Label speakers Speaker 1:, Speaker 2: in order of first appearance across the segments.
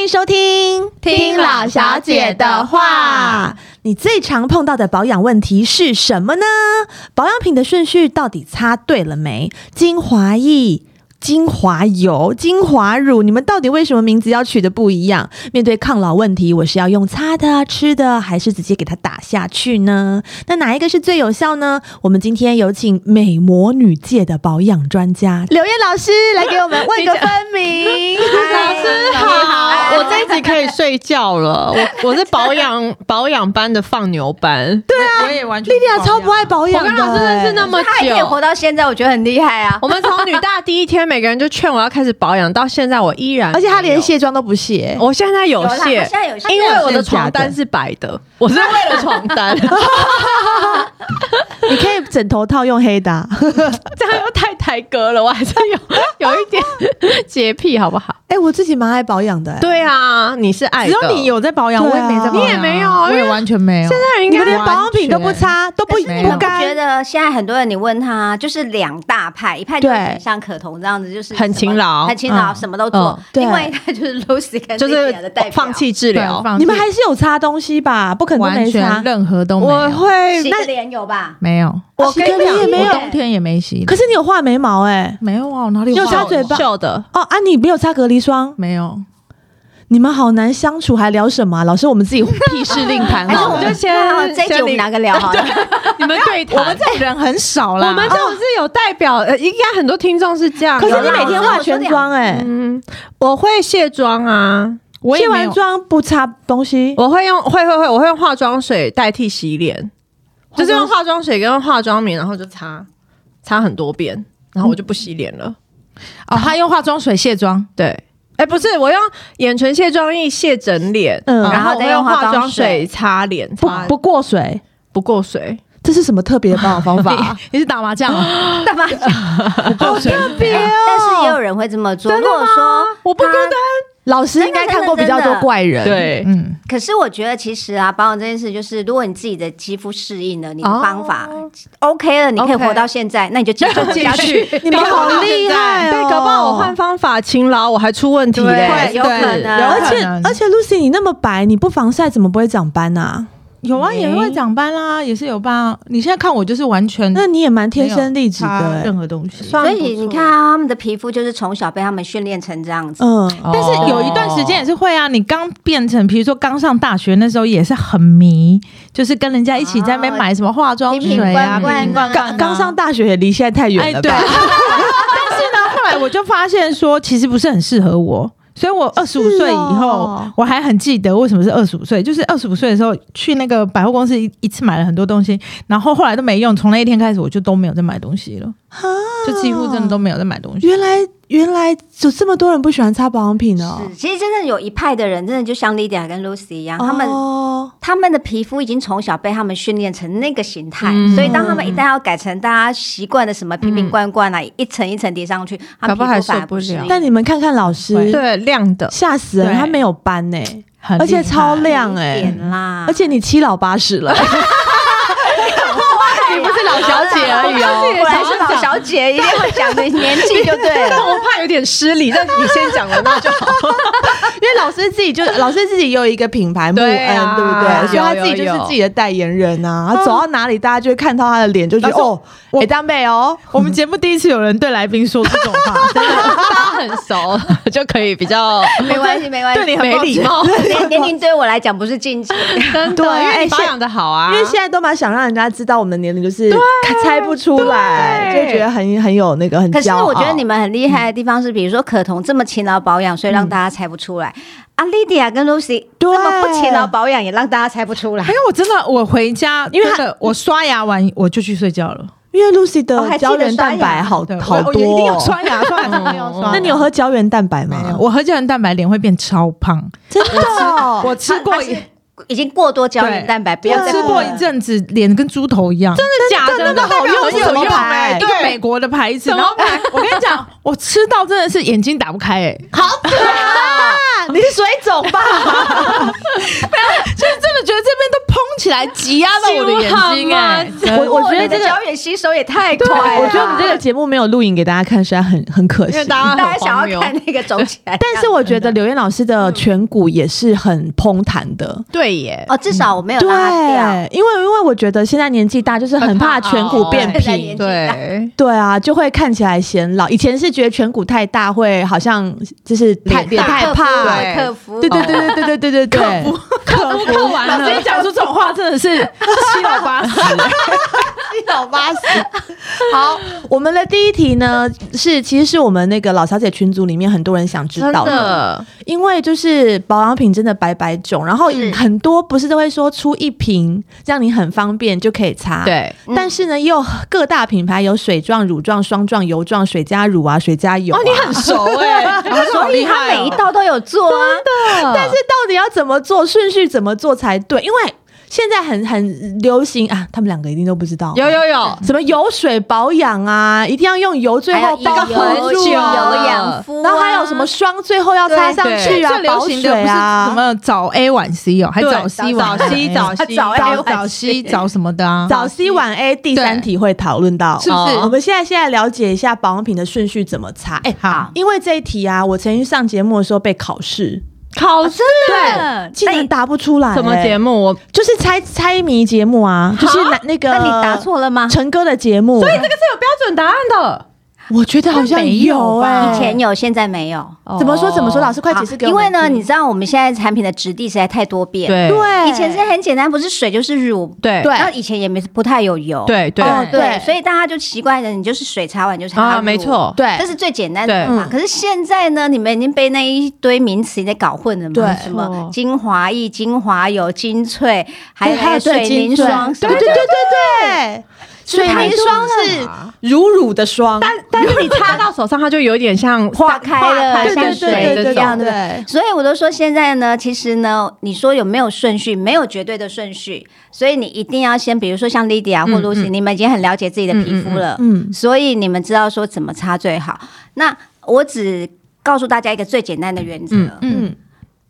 Speaker 1: 迎收听《
Speaker 2: 听老小姐的话》。
Speaker 1: 你最常碰到的保养问题是什么呢？保养品的顺序到底擦对了没？精华液。精华油、精华乳，你们到底为什么名字要取的不一样？面对抗老问题，我是要用擦的啊、吃的啊，还是直接给它打下去呢？那哪一个是最有效呢？我们今天有请美魔女界的保养专家刘烨老师来给我们 问个分 明。
Speaker 2: 老师好，我这一集可以睡觉了。我我是保养 保养班的放牛班，对啊，我也完全
Speaker 1: 莉莉娅超不爱保
Speaker 2: 我
Speaker 1: 养的、
Speaker 2: 跟老师认识那么
Speaker 3: 他还可以活
Speaker 2: 久。
Speaker 3: 到现在，我觉得很厉害啊！
Speaker 2: 我们从女大第一天，每个人就劝我要开始保养，到现在我依然没有，
Speaker 1: 而且她连卸妆都不卸。
Speaker 2: 我现在有
Speaker 3: 有啦
Speaker 2: 卸，
Speaker 3: 她现在有卸
Speaker 2: 因为我
Speaker 1: 她现
Speaker 2: 的
Speaker 1: 在有卸
Speaker 2: 床单是白的，我是为了床 单，
Speaker 1: 你可以枕头套用黑的啊、
Speaker 2: 这样又太抬格了，我还是有有一点洁癖，好不好？
Speaker 1: 哎、我自己蛮爱保养的、哎，
Speaker 2: 对啊，你是爱
Speaker 4: 只
Speaker 2: 的，
Speaker 4: 有你有在保养，
Speaker 1: 对啊
Speaker 4: 我也没在保养啊，
Speaker 2: 你也没有
Speaker 4: 我
Speaker 2: 因
Speaker 4: 也
Speaker 2: 为
Speaker 4: 完全没有。
Speaker 2: 现在人应
Speaker 1: 你
Speaker 2: 该
Speaker 1: 们连保养品都不
Speaker 4: 完全
Speaker 1: 擦，都不
Speaker 4: 没有
Speaker 1: 不
Speaker 3: 我觉
Speaker 1: 干。
Speaker 3: 得现在很多人，你问他就是两大派，一派就是很像可彤这样子，就是
Speaker 2: 很
Speaker 3: 什么
Speaker 2: 勤劳
Speaker 3: 很勤劳，
Speaker 2: 嗯
Speaker 3: 什么都做
Speaker 2: 嗯；
Speaker 1: 对
Speaker 3: 另外一派就是 Lucy 跟
Speaker 2: 就
Speaker 3: Lydia
Speaker 2: 是
Speaker 3: 的代表，
Speaker 2: 放弃治
Speaker 4: 对
Speaker 2: 疗，
Speaker 4: 放弃
Speaker 1: 你们还是有擦东西吧？不可能都
Speaker 4: 完
Speaker 1: 没擦
Speaker 4: 全。任何都没有，
Speaker 2: 我会
Speaker 3: 洗
Speaker 2: 那
Speaker 3: 个脸有吧？
Speaker 4: 没有，
Speaker 3: 我
Speaker 1: 洗
Speaker 3: 跟
Speaker 1: 个
Speaker 3: 你
Speaker 1: 脸也
Speaker 3: 讲
Speaker 1: 没有
Speaker 4: 我冬天也没洗，
Speaker 1: 可是你有画眉毛哎、
Speaker 4: 没有啊，我哪里
Speaker 1: 你有
Speaker 4: 有
Speaker 1: 擦
Speaker 4: 画
Speaker 1: 嘴巴
Speaker 2: 秀的，
Speaker 1: 哦啊，你没有擦隔离霜，
Speaker 4: 没 有，
Speaker 1: 你们好难相处，还聊什么啊、老师，我们自己屁事另谈
Speaker 3: 还是
Speaker 1: 好
Speaker 3: 我
Speaker 1: 了。
Speaker 3: 们
Speaker 2: 就先
Speaker 3: 哦
Speaker 2: 啊
Speaker 3: 那好这一集我们两个聊 好了。
Speaker 2: 你们对谈，
Speaker 4: 我们这种人很少 啦。哦
Speaker 2: 我们这种是有代表，呃，应该很多听众是这样。
Speaker 1: 可是你
Speaker 2: 有啦
Speaker 1: 每天化全妆哎、
Speaker 2: 嗯，我会卸妆啊，
Speaker 4: 我也
Speaker 1: 卸
Speaker 4: 没
Speaker 1: 完
Speaker 4: 有，
Speaker 1: 妆不擦东西，
Speaker 2: 我会用会会会，我会用化妆水代替洗脸，就是用化妆水跟化妆棉，然后就擦擦很多遍，然后我就不洗脸了。
Speaker 4: 哦，他用化妆水卸妆，
Speaker 2: 对，哎、不是，我用眼唇卸妆液卸整脸，
Speaker 1: 嗯
Speaker 2: 然
Speaker 3: 然
Speaker 2: 后
Speaker 3: 后
Speaker 2: 我
Speaker 3: 再用
Speaker 2: 会用化
Speaker 3: 化
Speaker 2: 妆
Speaker 3: 妆水
Speaker 2: 水擦脸，
Speaker 1: 不
Speaker 2: 擦
Speaker 1: 不过水，
Speaker 2: 不过水。
Speaker 1: 这是什么特别的保养方法？
Speaker 4: 你是打麻将啊？
Speaker 3: 干
Speaker 2: 哎
Speaker 3: 嘛？
Speaker 4: 好特别
Speaker 3: 但是也有人会这么做。如果说
Speaker 2: 我不孤
Speaker 3: 他
Speaker 2: 单，
Speaker 1: 老师应该看过比较多怪人，
Speaker 2: 对
Speaker 4: 嗯，
Speaker 3: 可是我觉得，其实啊，保养这件事，就是如果你自己的肌肤适应了你的
Speaker 2: 哦
Speaker 3: 方法、OK 了，你可以
Speaker 2: OK
Speaker 3: 活到现在，那你就继续 活下去。
Speaker 1: 你们好厉害、哦，
Speaker 2: 对，搞不好我换方法勤劳，我还出问题嘞
Speaker 3: 对，有可能
Speaker 1: 而
Speaker 4: 可
Speaker 1: 且
Speaker 4: 能
Speaker 1: 而且，Lucy，你那么白，你不防晒怎么不会长斑啊？
Speaker 4: 有啊，
Speaker 2: 没
Speaker 4: 也会长斑啦，也是有斑啊。你现在看我就是完全
Speaker 1: 那你也蛮天生丽质的、
Speaker 4: 嗯没有擦
Speaker 1: 欸
Speaker 4: 任，何东西。
Speaker 2: 算
Speaker 3: 所
Speaker 2: 不错
Speaker 3: 以你看、啊、他们的皮肤就是从小被他们训练成这样子。
Speaker 1: 嗯，
Speaker 4: 但是有一段时间也是会啊，你刚变成，比如说刚上大学那时候也是很迷，就是跟人家一起在那
Speaker 1: 啊
Speaker 4: 边买什么化妆水
Speaker 3: 哦
Speaker 4: 啊、
Speaker 3: 瓶瓶罐罐
Speaker 4: 罐
Speaker 1: 刚刚上大学也离现在太远
Speaker 4: 哎
Speaker 1: 了
Speaker 4: 对。
Speaker 1: 吧？
Speaker 4: 但是呢，后来我就发现说，其实不是很适合我。所以
Speaker 1: 哦
Speaker 4: 我二十五岁以后，我还很记得为什么是二十五岁，就是二十五岁的时候去那个百货公司一一次买了很多东西，然后后来都没用，从那一天开始我就都没有再买东西了，就几乎真的都没有再买东西。
Speaker 1: 原来原来有这么多人不喜欢擦保养品哦。
Speaker 3: 是，其实真的有一派的人，真的就像 Lydia 跟 Lucy 一样，他们
Speaker 1: 哦，
Speaker 3: 他们的皮肤已经从小被他们训练成那个形态，
Speaker 2: 嗯
Speaker 3: 所以当他们一旦要改成大家习惯的什么瓶瓶罐罐啊，一层一层叠上去，他
Speaker 2: 搞
Speaker 3: 们
Speaker 2: 不
Speaker 3: 皮
Speaker 2: 好还
Speaker 3: 肤反
Speaker 2: 受
Speaker 3: 而
Speaker 2: 不
Speaker 3: 不适
Speaker 2: 了
Speaker 3: 应。
Speaker 1: 但你们看看老
Speaker 4: 会
Speaker 1: 师，
Speaker 2: 对亮的，
Speaker 1: 吓死人，
Speaker 4: 对
Speaker 1: 他没有斑呢、
Speaker 4: 很
Speaker 1: 而且
Speaker 4: 厉害
Speaker 1: 超亮哎、
Speaker 3: 一点啦，
Speaker 1: 而且你七老八十了，
Speaker 2: 你不是老小姐而已哦，
Speaker 3: 果然是老小姐，一定会讲的年 纪就对
Speaker 2: 但
Speaker 3: 了。
Speaker 2: 我怕有点失礼，但你先讲了，那就好。
Speaker 1: 因为老师自己就 老师自己也有一个品牌木恩，
Speaker 2: 对啊
Speaker 1: 对不对？所以他
Speaker 2: 有
Speaker 1: 自己就
Speaker 2: 有
Speaker 1: 是
Speaker 2: 有
Speaker 1: 自己的代言人啊，他走到哪里大家就会看到他的脸，就觉得
Speaker 4: 老师
Speaker 1: 哦，哎，丹妹哦，
Speaker 4: 我们节目第一次有人对来宾说这种 话，真的
Speaker 2: 大家很熟就可以比 较
Speaker 3: 没关系，没关系，
Speaker 2: 对你很没礼貌，
Speaker 3: 年年龄对我来讲不是禁忌。
Speaker 2: 真
Speaker 1: 对
Speaker 2: 的，因为
Speaker 1: 哎
Speaker 2: 你保养的好啊，
Speaker 1: 因为现在都蛮想让人家知道我们的年龄，就是猜不出来，
Speaker 2: 对
Speaker 1: 就觉得很很有那个很
Speaker 3: 可是
Speaker 1: 骄傲。
Speaker 3: 我觉得你们很厉害的地方是，比如说可彤这么勤劳保养，所以让大家猜不出来；啊，Lydia 跟 Lucy
Speaker 1: 嗯对
Speaker 3: 这么不勤劳保养，也让大家猜不出来
Speaker 4: 因。哎为我真的我回家，因为他我刷牙完我就去睡觉了，
Speaker 1: 因为 Lucy
Speaker 3: 哦
Speaker 1: 的
Speaker 3: 还记
Speaker 1: 胶
Speaker 3: 得
Speaker 1: 原蛋白好
Speaker 4: 对我
Speaker 1: 好多，哦
Speaker 4: 我哦一定要刷牙，刷牙真的要刷。
Speaker 1: 那你有喝胶原蛋白
Speaker 4: 没有？
Speaker 1: 吗？
Speaker 4: 我喝胶原蛋白脸会变超胖，
Speaker 1: 真 的哦，
Speaker 4: 我吃过一
Speaker 3: 已经过多胶原
Speaker 4: 对
Speaker 3: 蛋白，不要
Speaker 4: 我
Speaker 3: 再
Speaker 4: 吃
Speaker 3: 碰
Speaker 4: 过
Speaker 3: 了
Speaker 4: 一阵子，脸跟猪头一样。真
Speaker 2: 真的假的，那好用
Speaker 1: 是什么牌
Speaker 4: 欸一个美国的 牌子，然后我跟你讲，我吃到真的是眼睛打不开哎，
Speaker 1: 好可爱，吧？ 你是水肿吧？
Speaker 5: 就是真的觉得这边都膨起来，挤压到我的眼睛
Speaker 4: 欸
Speaker 5: 哎、
Speaker 1: 我我觉得这个
Speaker 3: 胶原吸收也太
Speaker 1: 对，
Speaker 3: 快了。
Speaker 1: 我觉得我们这个节目没有录影给大家看，实在很很可惜
Speaker 2: 因为。大家
Speaker 3: 大家
Speaker 2: 很
Speaker 3: 想
Speaker 2: 荒
Speaker 3: 要
Speaker 2: 谬。
Speaker 3: 看那个肿起来，
Speaker 1: 但是我觉得刘烨老师的颧骨也是很蓬弹的，
Speaker 2: 对耶，
Speaker 3: 哦，至少我没有
Speaker 1: 对
Speaker 3: 拉掉。，
Speaker 1: 因为因为我觉得现在年纪大，就是很怕颧骨变
Speaker 3: 现在
Speaker 1: 平。
Speaker 3: 年纪大
Speaker 2: 对，
Speaker 1: 对啊，就会看起来显老。以前是觉得颧骨太大会好像就是太
Speaker 2: 脸大
Speaker 1: 太怕，
Speaker 2: 对
Speaker 3: 克服，
Speaker 1: 对对对对对对对对对，
Speaker 4: 克服克完了，直接讲出这种话真的是 七老八十。欸
Speaker 1: 一老八十。好，我们的第一题呢是，其实是我们那个老小姐群组里面很多人想知
Speaker 2: 真
Speaker 1: 道
Speaker 2: 的，
Speaker 1: 因为就是保养品真的百百种，然后
Speaker 3: 是
Speaker 1: 很多不是都会说出一瓶，让你很方便就可以擦。。
Speaker 2: 对。
Speaker 1: 但是呢，又各大品牌有水状、乳状、霜状、油状、水加乳啊、水加油、啊。
Speaker 2: 哦，你很熟 哎，
Speaker 3: 哦所以
Speaker 1: 哦
Speaker 3: 他每一道都有做啊。
Speaker 1: 但是到底要怎么做，顺序怎么做才对？因为现在很很流行啊，他们两个一定都不知道。
Speaker 2: 有有有，
Speaker 1: 什么油水保养啊，一定要用油，最
Speaker 3: 还
Speaker 1: 后
Speaker 3: 有
Speaker 1: 保
Speaker 2: 那个
Speaker 1: 护
Speaker 2: 很
Speaker 3: 油
Speaker 1: 住
Speaker 2: 久
Speaker 1: 啊
Speaker 3: 有氧敷啊，
Speaker 1: 然后还有什么霜，最后要擦上去啊，
Speaker 4: 最流
Speaker 1: 保
Speaker 4: 行的不
Speaker 1: 水
Speaker 4: 是
Speaker 1: 啊，
Speaker 4: 什么早 A 晚 C 哦，还
Speaker 2: 对
Speaker 4: 早 C 晚
Speaker 2: 早 C
Speaker 4: A
Speaker 2: 早 C
Speaker 3: 早 A
Speaker 4: 早
Speaker 3: 晚 C
Speaker 4: 早 C 早什么的 啊？
Speaker 1: 早 C 晚 A 第三题会讨论到，
Speaker 4: 是不是
Speaker 1: 哦我们现在现在了解一下保养品的顺序怎么擦。哎、
Speaker 4: 好，
Speaker 1: 因为这一题啊，我曾经上节目的时候被考试，
Speaker 2: 考试
Speaker 3: 对
Speaker 1: 竟然答不出来、
Speaker 2: 什么节
Speaker 1: 目？
Speaker 2: 目？我
Speaker 1: 就是猜猜谜节目啊，就是那那个
Speaker 3: 那你答错啊了吗？
Speaker 1: 陈哥的节目，所以这
Speaker 2: 这个是有标准答案的。
Speaker 1: 我觉得好像有哎、
Speaker 3: 以前有，现在没有。
Speaker 1: 怎么说怎么说？老师快
Speaker 3: 好
Speaker 1: 解释给我
Speaker 3: 因
Speaker 1: 们
Speaker 3: 为
Speaker 1: 听。
Speaker 3: 呢，你知道我们现在产品的质地实在太多变。。
Speaker 2: 对
Speaker 1: 对
Speaker 3: 以前是很简单，不是水就是乳，
Speaker 2: 对
Speaker 1: 对
Speaker 3: 然后以前也没不太有油，
Speaker 2: 对对
Speaker 3: 哦
Speaker 1: 对
Speaker 3: 对，所以大家就奇怪的，你就是水擦完就擦
Speaker 2: 啊
Speaker 3: 乳
Speaker 2: 没错
Speaker 1: 对嗯
Speaker 3: 这是最简单的
Speaker 2: 对
Speaker 3: 嘛。可是现在呢，你们已经被那一堆名词给搞混了嘛？
Speaker 1: 对
Speaker 3: 什么精华液、精华油、精粹，还有
Speaker 1: 对还
Speaker 3: 还
Speaker 1: 有
Speaker 3: 有水凝霜，
Speaker 1: 对对对对对对，水
Speaker 3: 太
Speaker 1: 凝
Speaker 3: 多
Speaker 1: 霜是乳乳的霜，
Speaker 2: 但但是你擦到手上，它就有点 像
Speaker 3: 化开了，
Speaker 1: 对
Speaker 3: 像
Speaker 1: 对对
Speaker 3: 水
Speaker 1: 对
Speaker 3: 一样，对不对？
Speaker 1: 对。
Speaker 3: 所以我都说现在呢，其实呢，你说有没有顺序？没有绝对的顺序，所以你一定要先，比如说像 Lydia 或 Lucy，、你们已经很了解自己的皮肤了，
Speaker 1: 嗯嗯嗯
Speaker 3: 所以你们知道说怎么擦最好。那我只告诉大家一个最简单的原则：
Speaker 1: 嗯，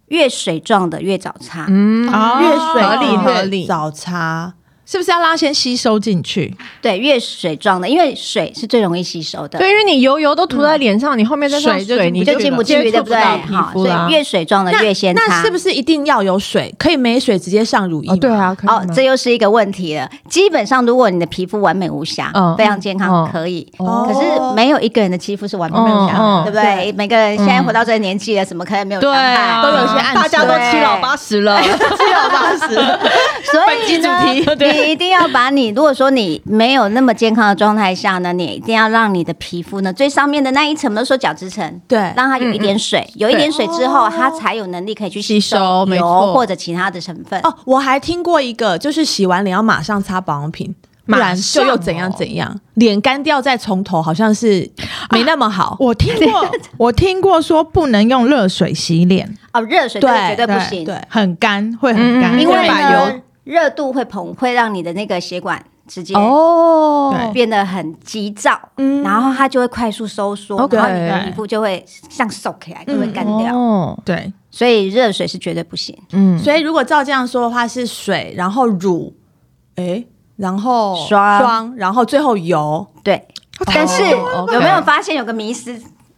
Speaker 3: 越水状的越早擦。
Speaker 2: 嗯，哦
Speaker 4: 哦
Speaker 1: 越水
Speaker 2: 合理
Speaker 1: 越
Speaker 2: 合理
Speaker 1: 早擦，
Speaker 4: 是不是要让它先吸收进去？
Speaker 3: 对，越水状的，因为水是最容易吸收的。
Speaker 2: 对，因为你油油都涂在脸上，你后面再上
Speaker 4: 水就
Speaker 2: 水，
Speaker 4: 进
Speaker 2: 你
Speaker 4: 不
Speaker 3: 就进不去，
Speaker 2: 接
Speaker 3: 对
Speaker 2: 触
Speaker 3: 不
Speaker 2: 不
Speaker 3: 对？
Speaker 2: 到皮
Speaker 3: 好，
Speaker 2: 肤
Speaker 3: 所
Speaker 2: 啦
Speaker 3: 以。越水状的呃越先擦。
Speaker 1: 那是不是一定要有水？可以没水直接上乳液、
Speaker 2: 哦，对，啊，可以
Speaker 3: 哦
Speaker 2: 吗，
Speaker 3: 这又是一个问题了。基本上，如果你的皮肤完美无瑕，
Speaker 2: 嗯
Speaker 3: 非常健康，
Speaker 2: 嗯
Speaker 3: 可以。
Speaker 1: 哦
Speaker 3: 可是没有一个人的肌肤是完美无瑕的，
Speaker 2: 嗯嗯
Speaker 3: 对不对？每个人现在活到这个年纪了，怎么可能没有伤
Speaker 2: 对
Speaker 3: 害？
Speaker 2: 啊，
Speaker 1: 都有一些暗示
Speaker 2: 大家都七老八十了，
Speaker 1: 七老八
Speaker 3: 啊
Speaker 1: 十。
Speaker 3: 所以 呢，你一定要把你，如果说你没有那么健康的状态下呢，你一定要让你的皮肤呢，最上面的那一层，我们都说角质层，
Speaker 1: 对
Speaker 3: 让它有一点水，有一点水之后，它才有能力可以去吸
Speaker 2: 嗯吸收
Speaker 3: 收
Speaker 2: 没
Speaker 3: 油
Speaker 2: 错
Speaker 3: 或者其他的成分。
Speaker 1: 哦，我还听过一个，就是洗完脸要马上擦保养品，不
Speaker 2: 马
Speaker 1: 然就又
Speaker 2: 上
Speaker 1: 怎样
Speaker 2: 哦
Speaker 1: 怎样，脸干掉再从头，好像是没那么
Speaker 2: 啊
Speaker 1: 好。
Speaker 4: 我听 过，我听过说不能用热水洗脸，
Speaker 3: 哦，热水这
Speaker 1: 对
Speaker 3: 个绝对不
Speaker 4: 对
Speaker 3: 行，
Speaker 1: 对
Speaker 4: 很干，会很干，
Speaker 2: 嗯嗯
Speaker 3: 因为
Speaker 4: 会把油
Speaker 3: 呢，热度会膨，会让你的那个血管直接
Speaker 2: 哦
Speaker 3: 变得很急躁，
Speaker 1: 嗯
Speaker 3: 然后它就会快速收缩，
Speaker 1: OK
Speaker 3: 然后你的皮肤就会像瘦起来，就会干 掉。
Speaker 2: 哦，
Speaker 4: 对
Speaker 3: 所以热水是绝对不行，
Speaker 2: 嗯，
Speaker 1: 所以如果照这样说的话，是水，然后乳，诶，然后
Speaker 3: 霜
Speaker 1: 霜，然后最后油。
Speaker 3: 对。但是
Speaker 2: 哦
Speaker 3: 有没有
Speaker 2: OK
Speaker 3: 发现有个迷思？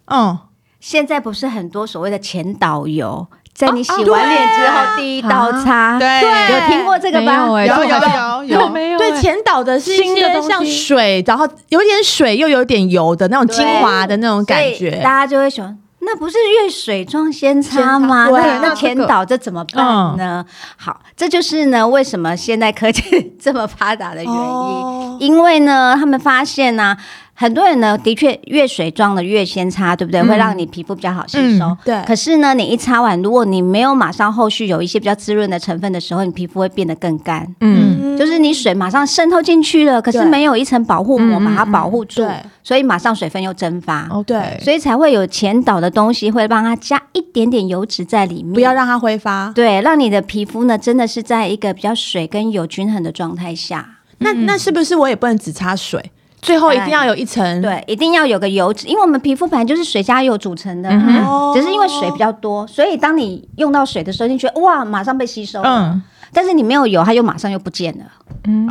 Speaker 4: 嗯，
Speaker 3: 现在不是很多所谓的前导油，在
Speaker 2: 啊
Speaker 3: 你洗完脸之后第一道擦，
Speaker 4: 对
Speaker 3: 有听过这个吧？
Speaker 2: 没有哎
Speaker 4: 有
Speaker 2: 这
Speaker 4: 有
Speaker 2: 种
Speaker 4: 有有，
Speaker 2: 没有
Speaker 1: 对，
Speaker 2: 欸
Speaker 1: 前导的是一
Speaker 2: 新的
Speaker 1: 些
Speaker 2: 东西
Speaker 1: 像水，然后有点水又有点油的那种
Speaker 3: 对
Speaker 1: 精华的那种感
Speaker 3: 所以
Speaker 1: 觉
Speaker 3: 大。家就会喜欢。那不是越水状先擦吗？
Speaker 1: 先擦对啊那
Speaker 3: 那
Speaker 1: 嗯
Speaker 3: 那前导这怎么办呢？好，这就是呢为什么现代科技这么发达的原因，
Speaker 1: 哦
Speaker 3: 因为呢他们发现呢、很多人呢的确越水状的越先擦，对不对？会让你皮肤比较好吸收。
Speaker 4: 嗯
Speaker 1: 嗯对
Speaker 3: 可是呢，你一擦完，如果你没有马上后续有一些比较滋润的成分的时候，你皮肤会变得更干。
Speaker 2: 嗯，
Speaker 3: 就是你水马上渗透进去了，可是
Speaker 1: 对
Speaker 3: 没有一层保护膜把它保护住，
Speaker 1: 嗯嗯嗯对
Speaker 3: 所以马上水分又蒸发。
Speaker 2: 哦
Speaker 1: 对
Speaker 3: 所以才会有前导的东西，会帮它加一点点油脂在里面，
Speaker 1: 不要让它挥发。
Speaker 3: 对，让你的皮肤呢真的是在一个比较水跟油均衡的状态下。
Speaker 1: 那那是不是我也不能只擦水？最后一定要有一层，
Speaker 3: 对，一定要有个油脂，因为我们皮肤本来就是水加油组成的，
Speaker 2: 哼
Speaker 1: 哦，
Speaker 3: 只是因为水比较多，所以当你用到水的时候，你觉得哇，马上被吸收了。
Speaker 4: 嗯，
Speaker 3: 但是你没有油，它又马上又不见了。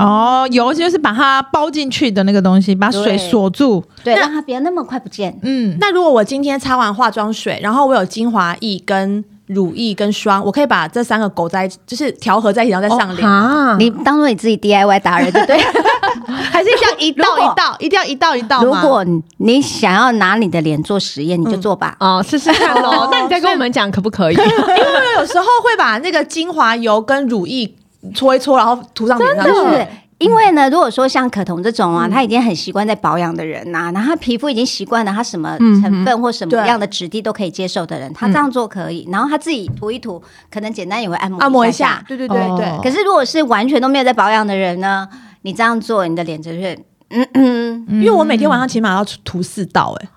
Speaker 4: 哦，油就是把它包进去的那个东西，把水
Speaker 3: 对
Speaker 4: 锁住。
Speaker 3: 对，让它不要那么快不见。
Speaker 4: 嗯，
Speaker 1: 那如果我今天擦完化妆水，然后我有精华液、跟乳液、跟霜，我可以把这三个狗在一起，就是调和在一起，然后再上脸，
Speaker 2: 啊，
Speaker 3: 你当做你自己 DIY 达人，对不对？
Speaker 1: 还是这样一道
Speaker 3: 如果
Speaker 1: 一道，一定要一道一道
Speaker 3: 如
Speaker 1: 吗？
Speaker 3: 果你想要拿你的脸做实验，你就做吧。
Speaker 2: 哦，试试看喽。那你再跟我们讲可不可以？
Speaker 1: 因为我有时候会把那个精华油跟乳液搓一搓，然后涂上脸上
Speaker 3: 就
Speaker 1: 去
Speaker 3: 嗯是。因为呢，如果说像可彤这种啊，他已经很习惯在保养的人啊呐、然后他皮肤已经习惯了他什么成分或什么样的质地都可以接受的人，他这样做可以。然后他自己涂一涂，可能简单也会按摩
Speaker 1: 按摩一
Speaker 3: 下
Speaker 1: 下。。对对对对，
Speaker 4: 哦
Speaker 3: 可是如果是完全都没有在保养的人呢，你这样做，你的脸就是嗯嗯，
Speaker 1: 因为我每天晚上起码要涂四道、欸，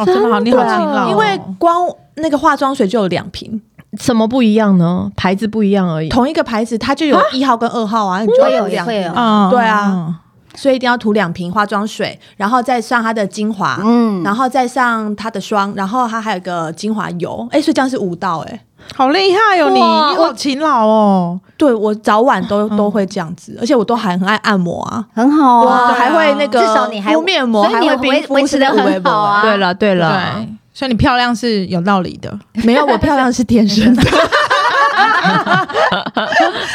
Speaker 4: 哦，真的好，你好勤
Speaker 1: 哎、
Speaker 4: 劳哦，
Speaker 1: 因为光那个化妆水就有两瓶，
Speaker 2: 什么不一样呢？牌子不一样而已。
Speaker 1: 同一个牌子它就有一号跟二号啊，你就
Speaker 3: 会
Speaker 1: 要
Speaker 3: 有
Speaker 1: 涂
Speaker 3: 也
Speaker 1: 两
Speaker 3: 会有哦
Speaker 1: 瓶，
Speaker 4: 嗯，
Speaker 1: 对啊所以一定要涂两瓶化妆水，然后再上它的精华，
Speaker 3: 嗯
Speaker 1: 然后再上它的霜，然后它还有一个精华油，哎、所以这样是五道、哎，
Speaker 4: 嗯，好厉害哦，你
Speaker 2: 哇
Speaker 4: 你好勤劳哦，
Speaker 1: 对我早晚都
Speaker 3: 嗯
Speaker 1: 都会这样子，而且我都还很爱按摩啊。
Speaker 3: 很好
Speaker 1: 我
Speaker 3: 啊。
Speaker 1: 还会那个，
Speaker 3: 至少你还
Speaker 1: 敷面膜，
Speaker 3: 所以
Speaker 1: 还
Speaker 3: 你
Speaker 1: 会
Speaker 3: 维
Speaker 1: 冰敷，
Speaker 3: 维持得
Speaker 1: 是不是
Speaker 3: 很好啊
Speaker 2: 对了对了，
Speaker 4: 对，所以你漂亮是有道理的。
Speaker 1: 没有，我漂亮是天生的。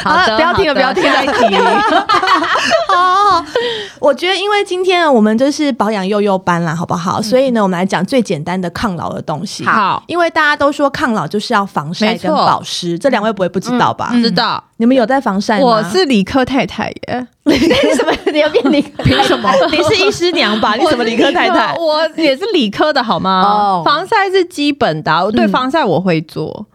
Speaker 2: 好的，
Speaker 1: 不要听了
Speaker 2: 好的
Speaker 1: 不要听了
Speaker 2: 下一题
Speaker 1: 哦，我觉得因为今天啊我们就是保养幼幼班啦，好不好？所以呢，我们来讲最简单的抗老的东西。
Speaker 2: 嗯好
Speaker 1: 因为大家都说抗老就是要防晒
Speaker 2: 没
Speaker 1: 跟
Speaker 2: 错
Speaker 1: 保湿，这两位不会不知道吧？
Speaker 2: 知道。
Speaker 1: 你们有在防晒吗？
Speaker 2: 嗯我是理科太太耶，
Speaker 3: 什么你要变你
Speaker 2: 凭什么？
Speaker 1: 你是医师娘吧？你什么理科太太？
Speaker 2: 我也是理科的好吗
Speaker 3: 哦？
Speaker 2: 防晒是基本的啊，我对防晒我会做。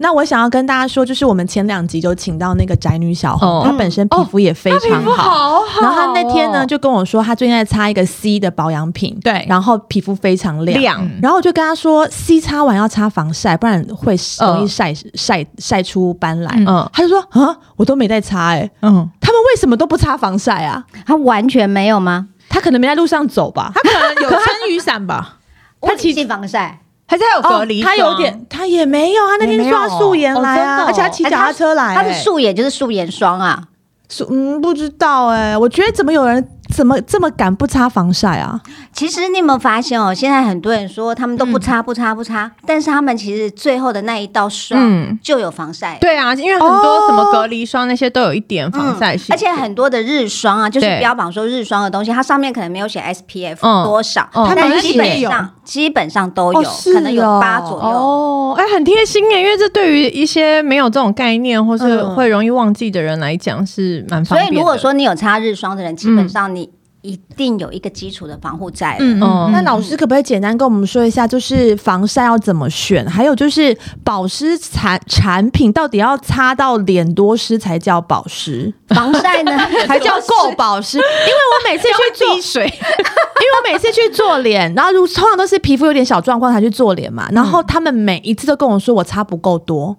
Speaker 1: 那我想要跟大家说，就是我们前两集就请到那个宅女小红，
Speaker 2: 哦
Speaker 1: 她本身皮肤也非常好。
Speaker 2: 好 好
Speaker 1: 然后她那天呢，就跟我说，她最近在擦一个 C 的保养品，
Speaker 4: 对
Speaker 1: 然后皮肤非常亮，
Speaker 2: 亮
Speaker 3: 嗯
Speaker 1: 然后我就跟他说，C 擦完要擦防晒，不然会容易晒、晒晒出斑来。
Speaker 2: 嗯
Speaker 1: 他就说啊，我都没在擦哎、欸
Speaker 4: 嗯，
Speaker 1: 他们为什么都不擦防晒啊？
Speaker 3: 他完全没有吗？
Speaker 1: 他可能没在路上走吧？
Speaker 4: 他可能有撑雨伞吧？
Speaker 3: 物理性防晒，
Speaker 2: 还是还有隔离
Speaker 1: 哦
Speaker 2: 霜，
Speaker 1: 他有点，他也没有啊。那天
Speaker 3: 也没有哎
Speaker 1: 刷素颜来啊，
Speaker 2: 哦真的哦
Speaker 1: 而且他骑脚踏车来、欸
Speaker 3: 他的素颜就是素颜霜啊。
Speaker 1: 素嗯不知道哎、我觉得怎么有人怎么这么敢不擦防晒啊？
Speaker 3: 其实你有没有发现哦？现在很多人说他们都不
Speaker 1: 嗯
Speaker 3: 擦不擦不擦，但是他们其实最后的那一道
Speaker 2: 嗯
Speaker 3: 霜就有防晒。
Speaker 2: 对啊，因为很多什么隔离霜那些都有一点防晒性，
Speaker 3: 嗯而且很多的日霜啊，就是
Speaker 2: 对
Speaker 3: 标榜说日霜的东西，它上面可能没有写 SPF
Speaker 2: 嗯
Speaker 3: 多少，
Speaker 2: 嗯
Speaker 1: 它
Speaker 3: 但是
Speaker 1: 没
Speaker 3: 基本
Speaker 1: 写
Speaker 3: 上基本上都有，
Speaker 1: 哦是
Speaker 3: 可能有八
Speaker 1: 哦
Speaker 3: 左右。
Speaker 2: 哦，哎、很贴心耶，因为这对于一些没有这种概念或是
Speaker 1: 嗯
Speaker 2: 会容易忘记的人来讲是蛮方
Speaker 3: 所
Speaker 2: 便的。
Speaker 3: 以如果说你有擦日霜的人，基本上你一定有一个基础的防护在了。
Speaker 4: 嗯
Speaker 2: 嗯
Speaker 1: 那老师可不可以简单跟我们说一下，就是防晒要怎么选，还有就是保湿产产品到底要擦到脸多湿才叫保湿，
Speaker 3: 防晒 呢，
Speaker 1: 才叫够保湿？因为我每次去做，
Speaker 2: 滴水，
Speaker 1: 因为我每次去做脸，然后如通常都是皮肤有点小状况才去做脸嘛，然后他们每一次都跟我说我擦不够多，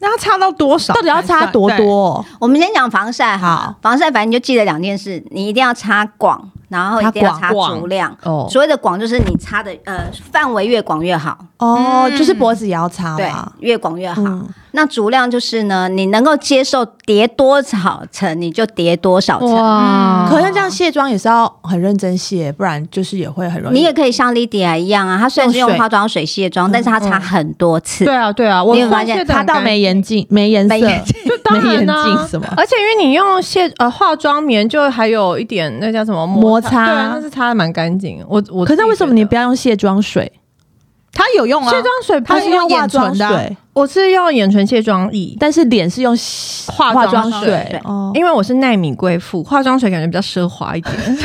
Speaker 4: 那他擦到多少？
Speaker 1: 到底要擦多？多？
Speaker 3: 我们先讲防晒
Speaker 1: 好
Speaker 3: 哈，防晒反正你就记得两件事，你一定要擦广，然后一定要
Speaker 1: 擦
Speaker 3: 擦
Speaker 2: 广
Speaker 3: 足量。
Speaker 2: 哦
Speaker 3: 所谓的广就是你擦的呃范围越广越好，
Speaker 1: 哦，就是脖子也要擦
Speaker 3: 对
Speaker 1: 吧，？
Speaker 3: 越广越好。
Speaker 1: 嗯
Speaker 3: 那足量就是呢，你能够接受叠多少层你就叠多少层。
Speaker 2: 哇
Speaker 1: 嗯可是这样卸妆也是要很认真卸，不然就是也会很容易。
Speaker 3: 你也可以像 Lydia 一样啊，她虽然是
Speaker 1: 用
Speaker 3: 用
Speaker 1: 水
Speaker 3: 化妆水嗯卸妆，但是她擦很多次。
Speaker 2: 对啊对啊，我
Speaker 3: 你有发
Speaker 2: 换
Speaker 3: 现
Speaker 2: 卸得
Speaker 1: 擦
Speaker 2: 很
Speaker 1: 到
Speaker 2: 干
Speaker 1: 没眼镜、没颜色、
Speaker 3: 没眼
Speaker 2: 就当
Speaker 1: 没眼
Speaker 2: 然啊
Speaker 1: 镜什么
Speaker 2: 而且因为你用卸呃化妆棉，就还有一点那叫什么
Speaker 1: 摩
Speaker 2: 擦，
Speaker 1: 擦
Speaker 2: 对啊，那是擦的蛮干净。我我
Speaker 1: 可是为什么你不
Speaker 2: 要
Speaker 1: 要用卸妆水？
Speaker 4: 他有用啊，
Speaker 2: 卸妆水不
Speaker 4: 它
Speaker 1: 它
Speaker 2: 是
Speaker 4: 是
Speaker 1: 是
Speaker 2: 用？
Speaker 1: 用
Speaker 4: 眼
Speaker 1: 化妆
Speaker 4: 唇的啊
Speaker 1: 水，
Speaker 2: 我是用眼唇卸妆液，
Speaker 1: 但是脸是用
Speaker 2: 化
Speaker 1: 化
Speaker 2: 妆
Speaker 1: 妆
Speaker 2: 水
Speaker 1: 水
Speaker 3: 对
Speaker 1: 哦。
Speaker 2: 因为我是奈米贵妇，化妆水感觉比较奢华 一点。